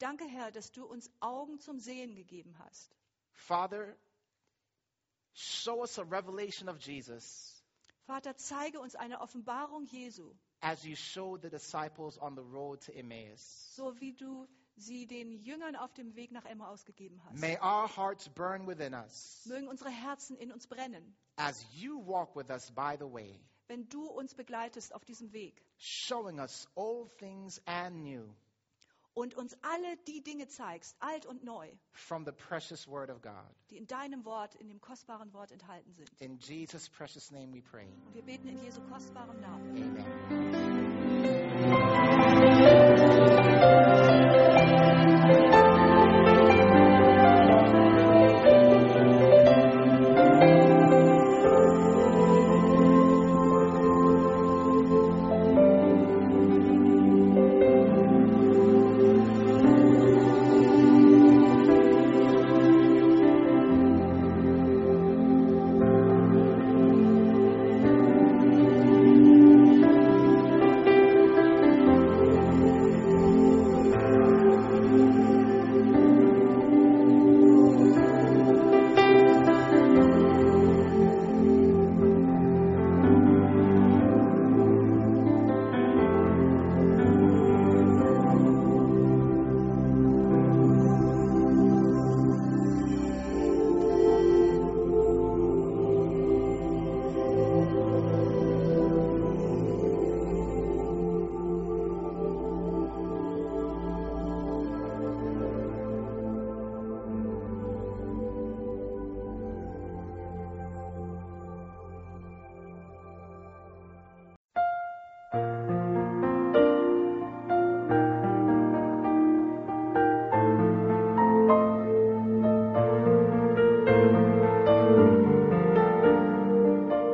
S2: Danke, Herr, dass du uns Augen zum Sehen gegeben hast.
S1: Father, show us a revelation of Jesus
S2: Vater, zeige uns eine Offenbarung Jesu,
S1: as you showed the disciples on the road to Emmaus.
S2: so wie du sie den Jüngern auf dem Weg nach Emmaus gegeben hast.
S1: May our hearts burn within us
S2: Mögen unsere Herzen in uns brennen,
S1: as you walk with us by the way,
S2: wenn du uns begleitest auf diesem Weg
S1: showing us old things and new,
S2: und uns alle die Dinge zeigst, alt und neu,
S1: from the precious word of God.
S2: die in deinem Wort, in dem kostbaren Wort enthalten sind.
S1: In Jesus' precious name we pray.
S2: Und wir beten in Jesu kostbarem Namen.
S1: Amen.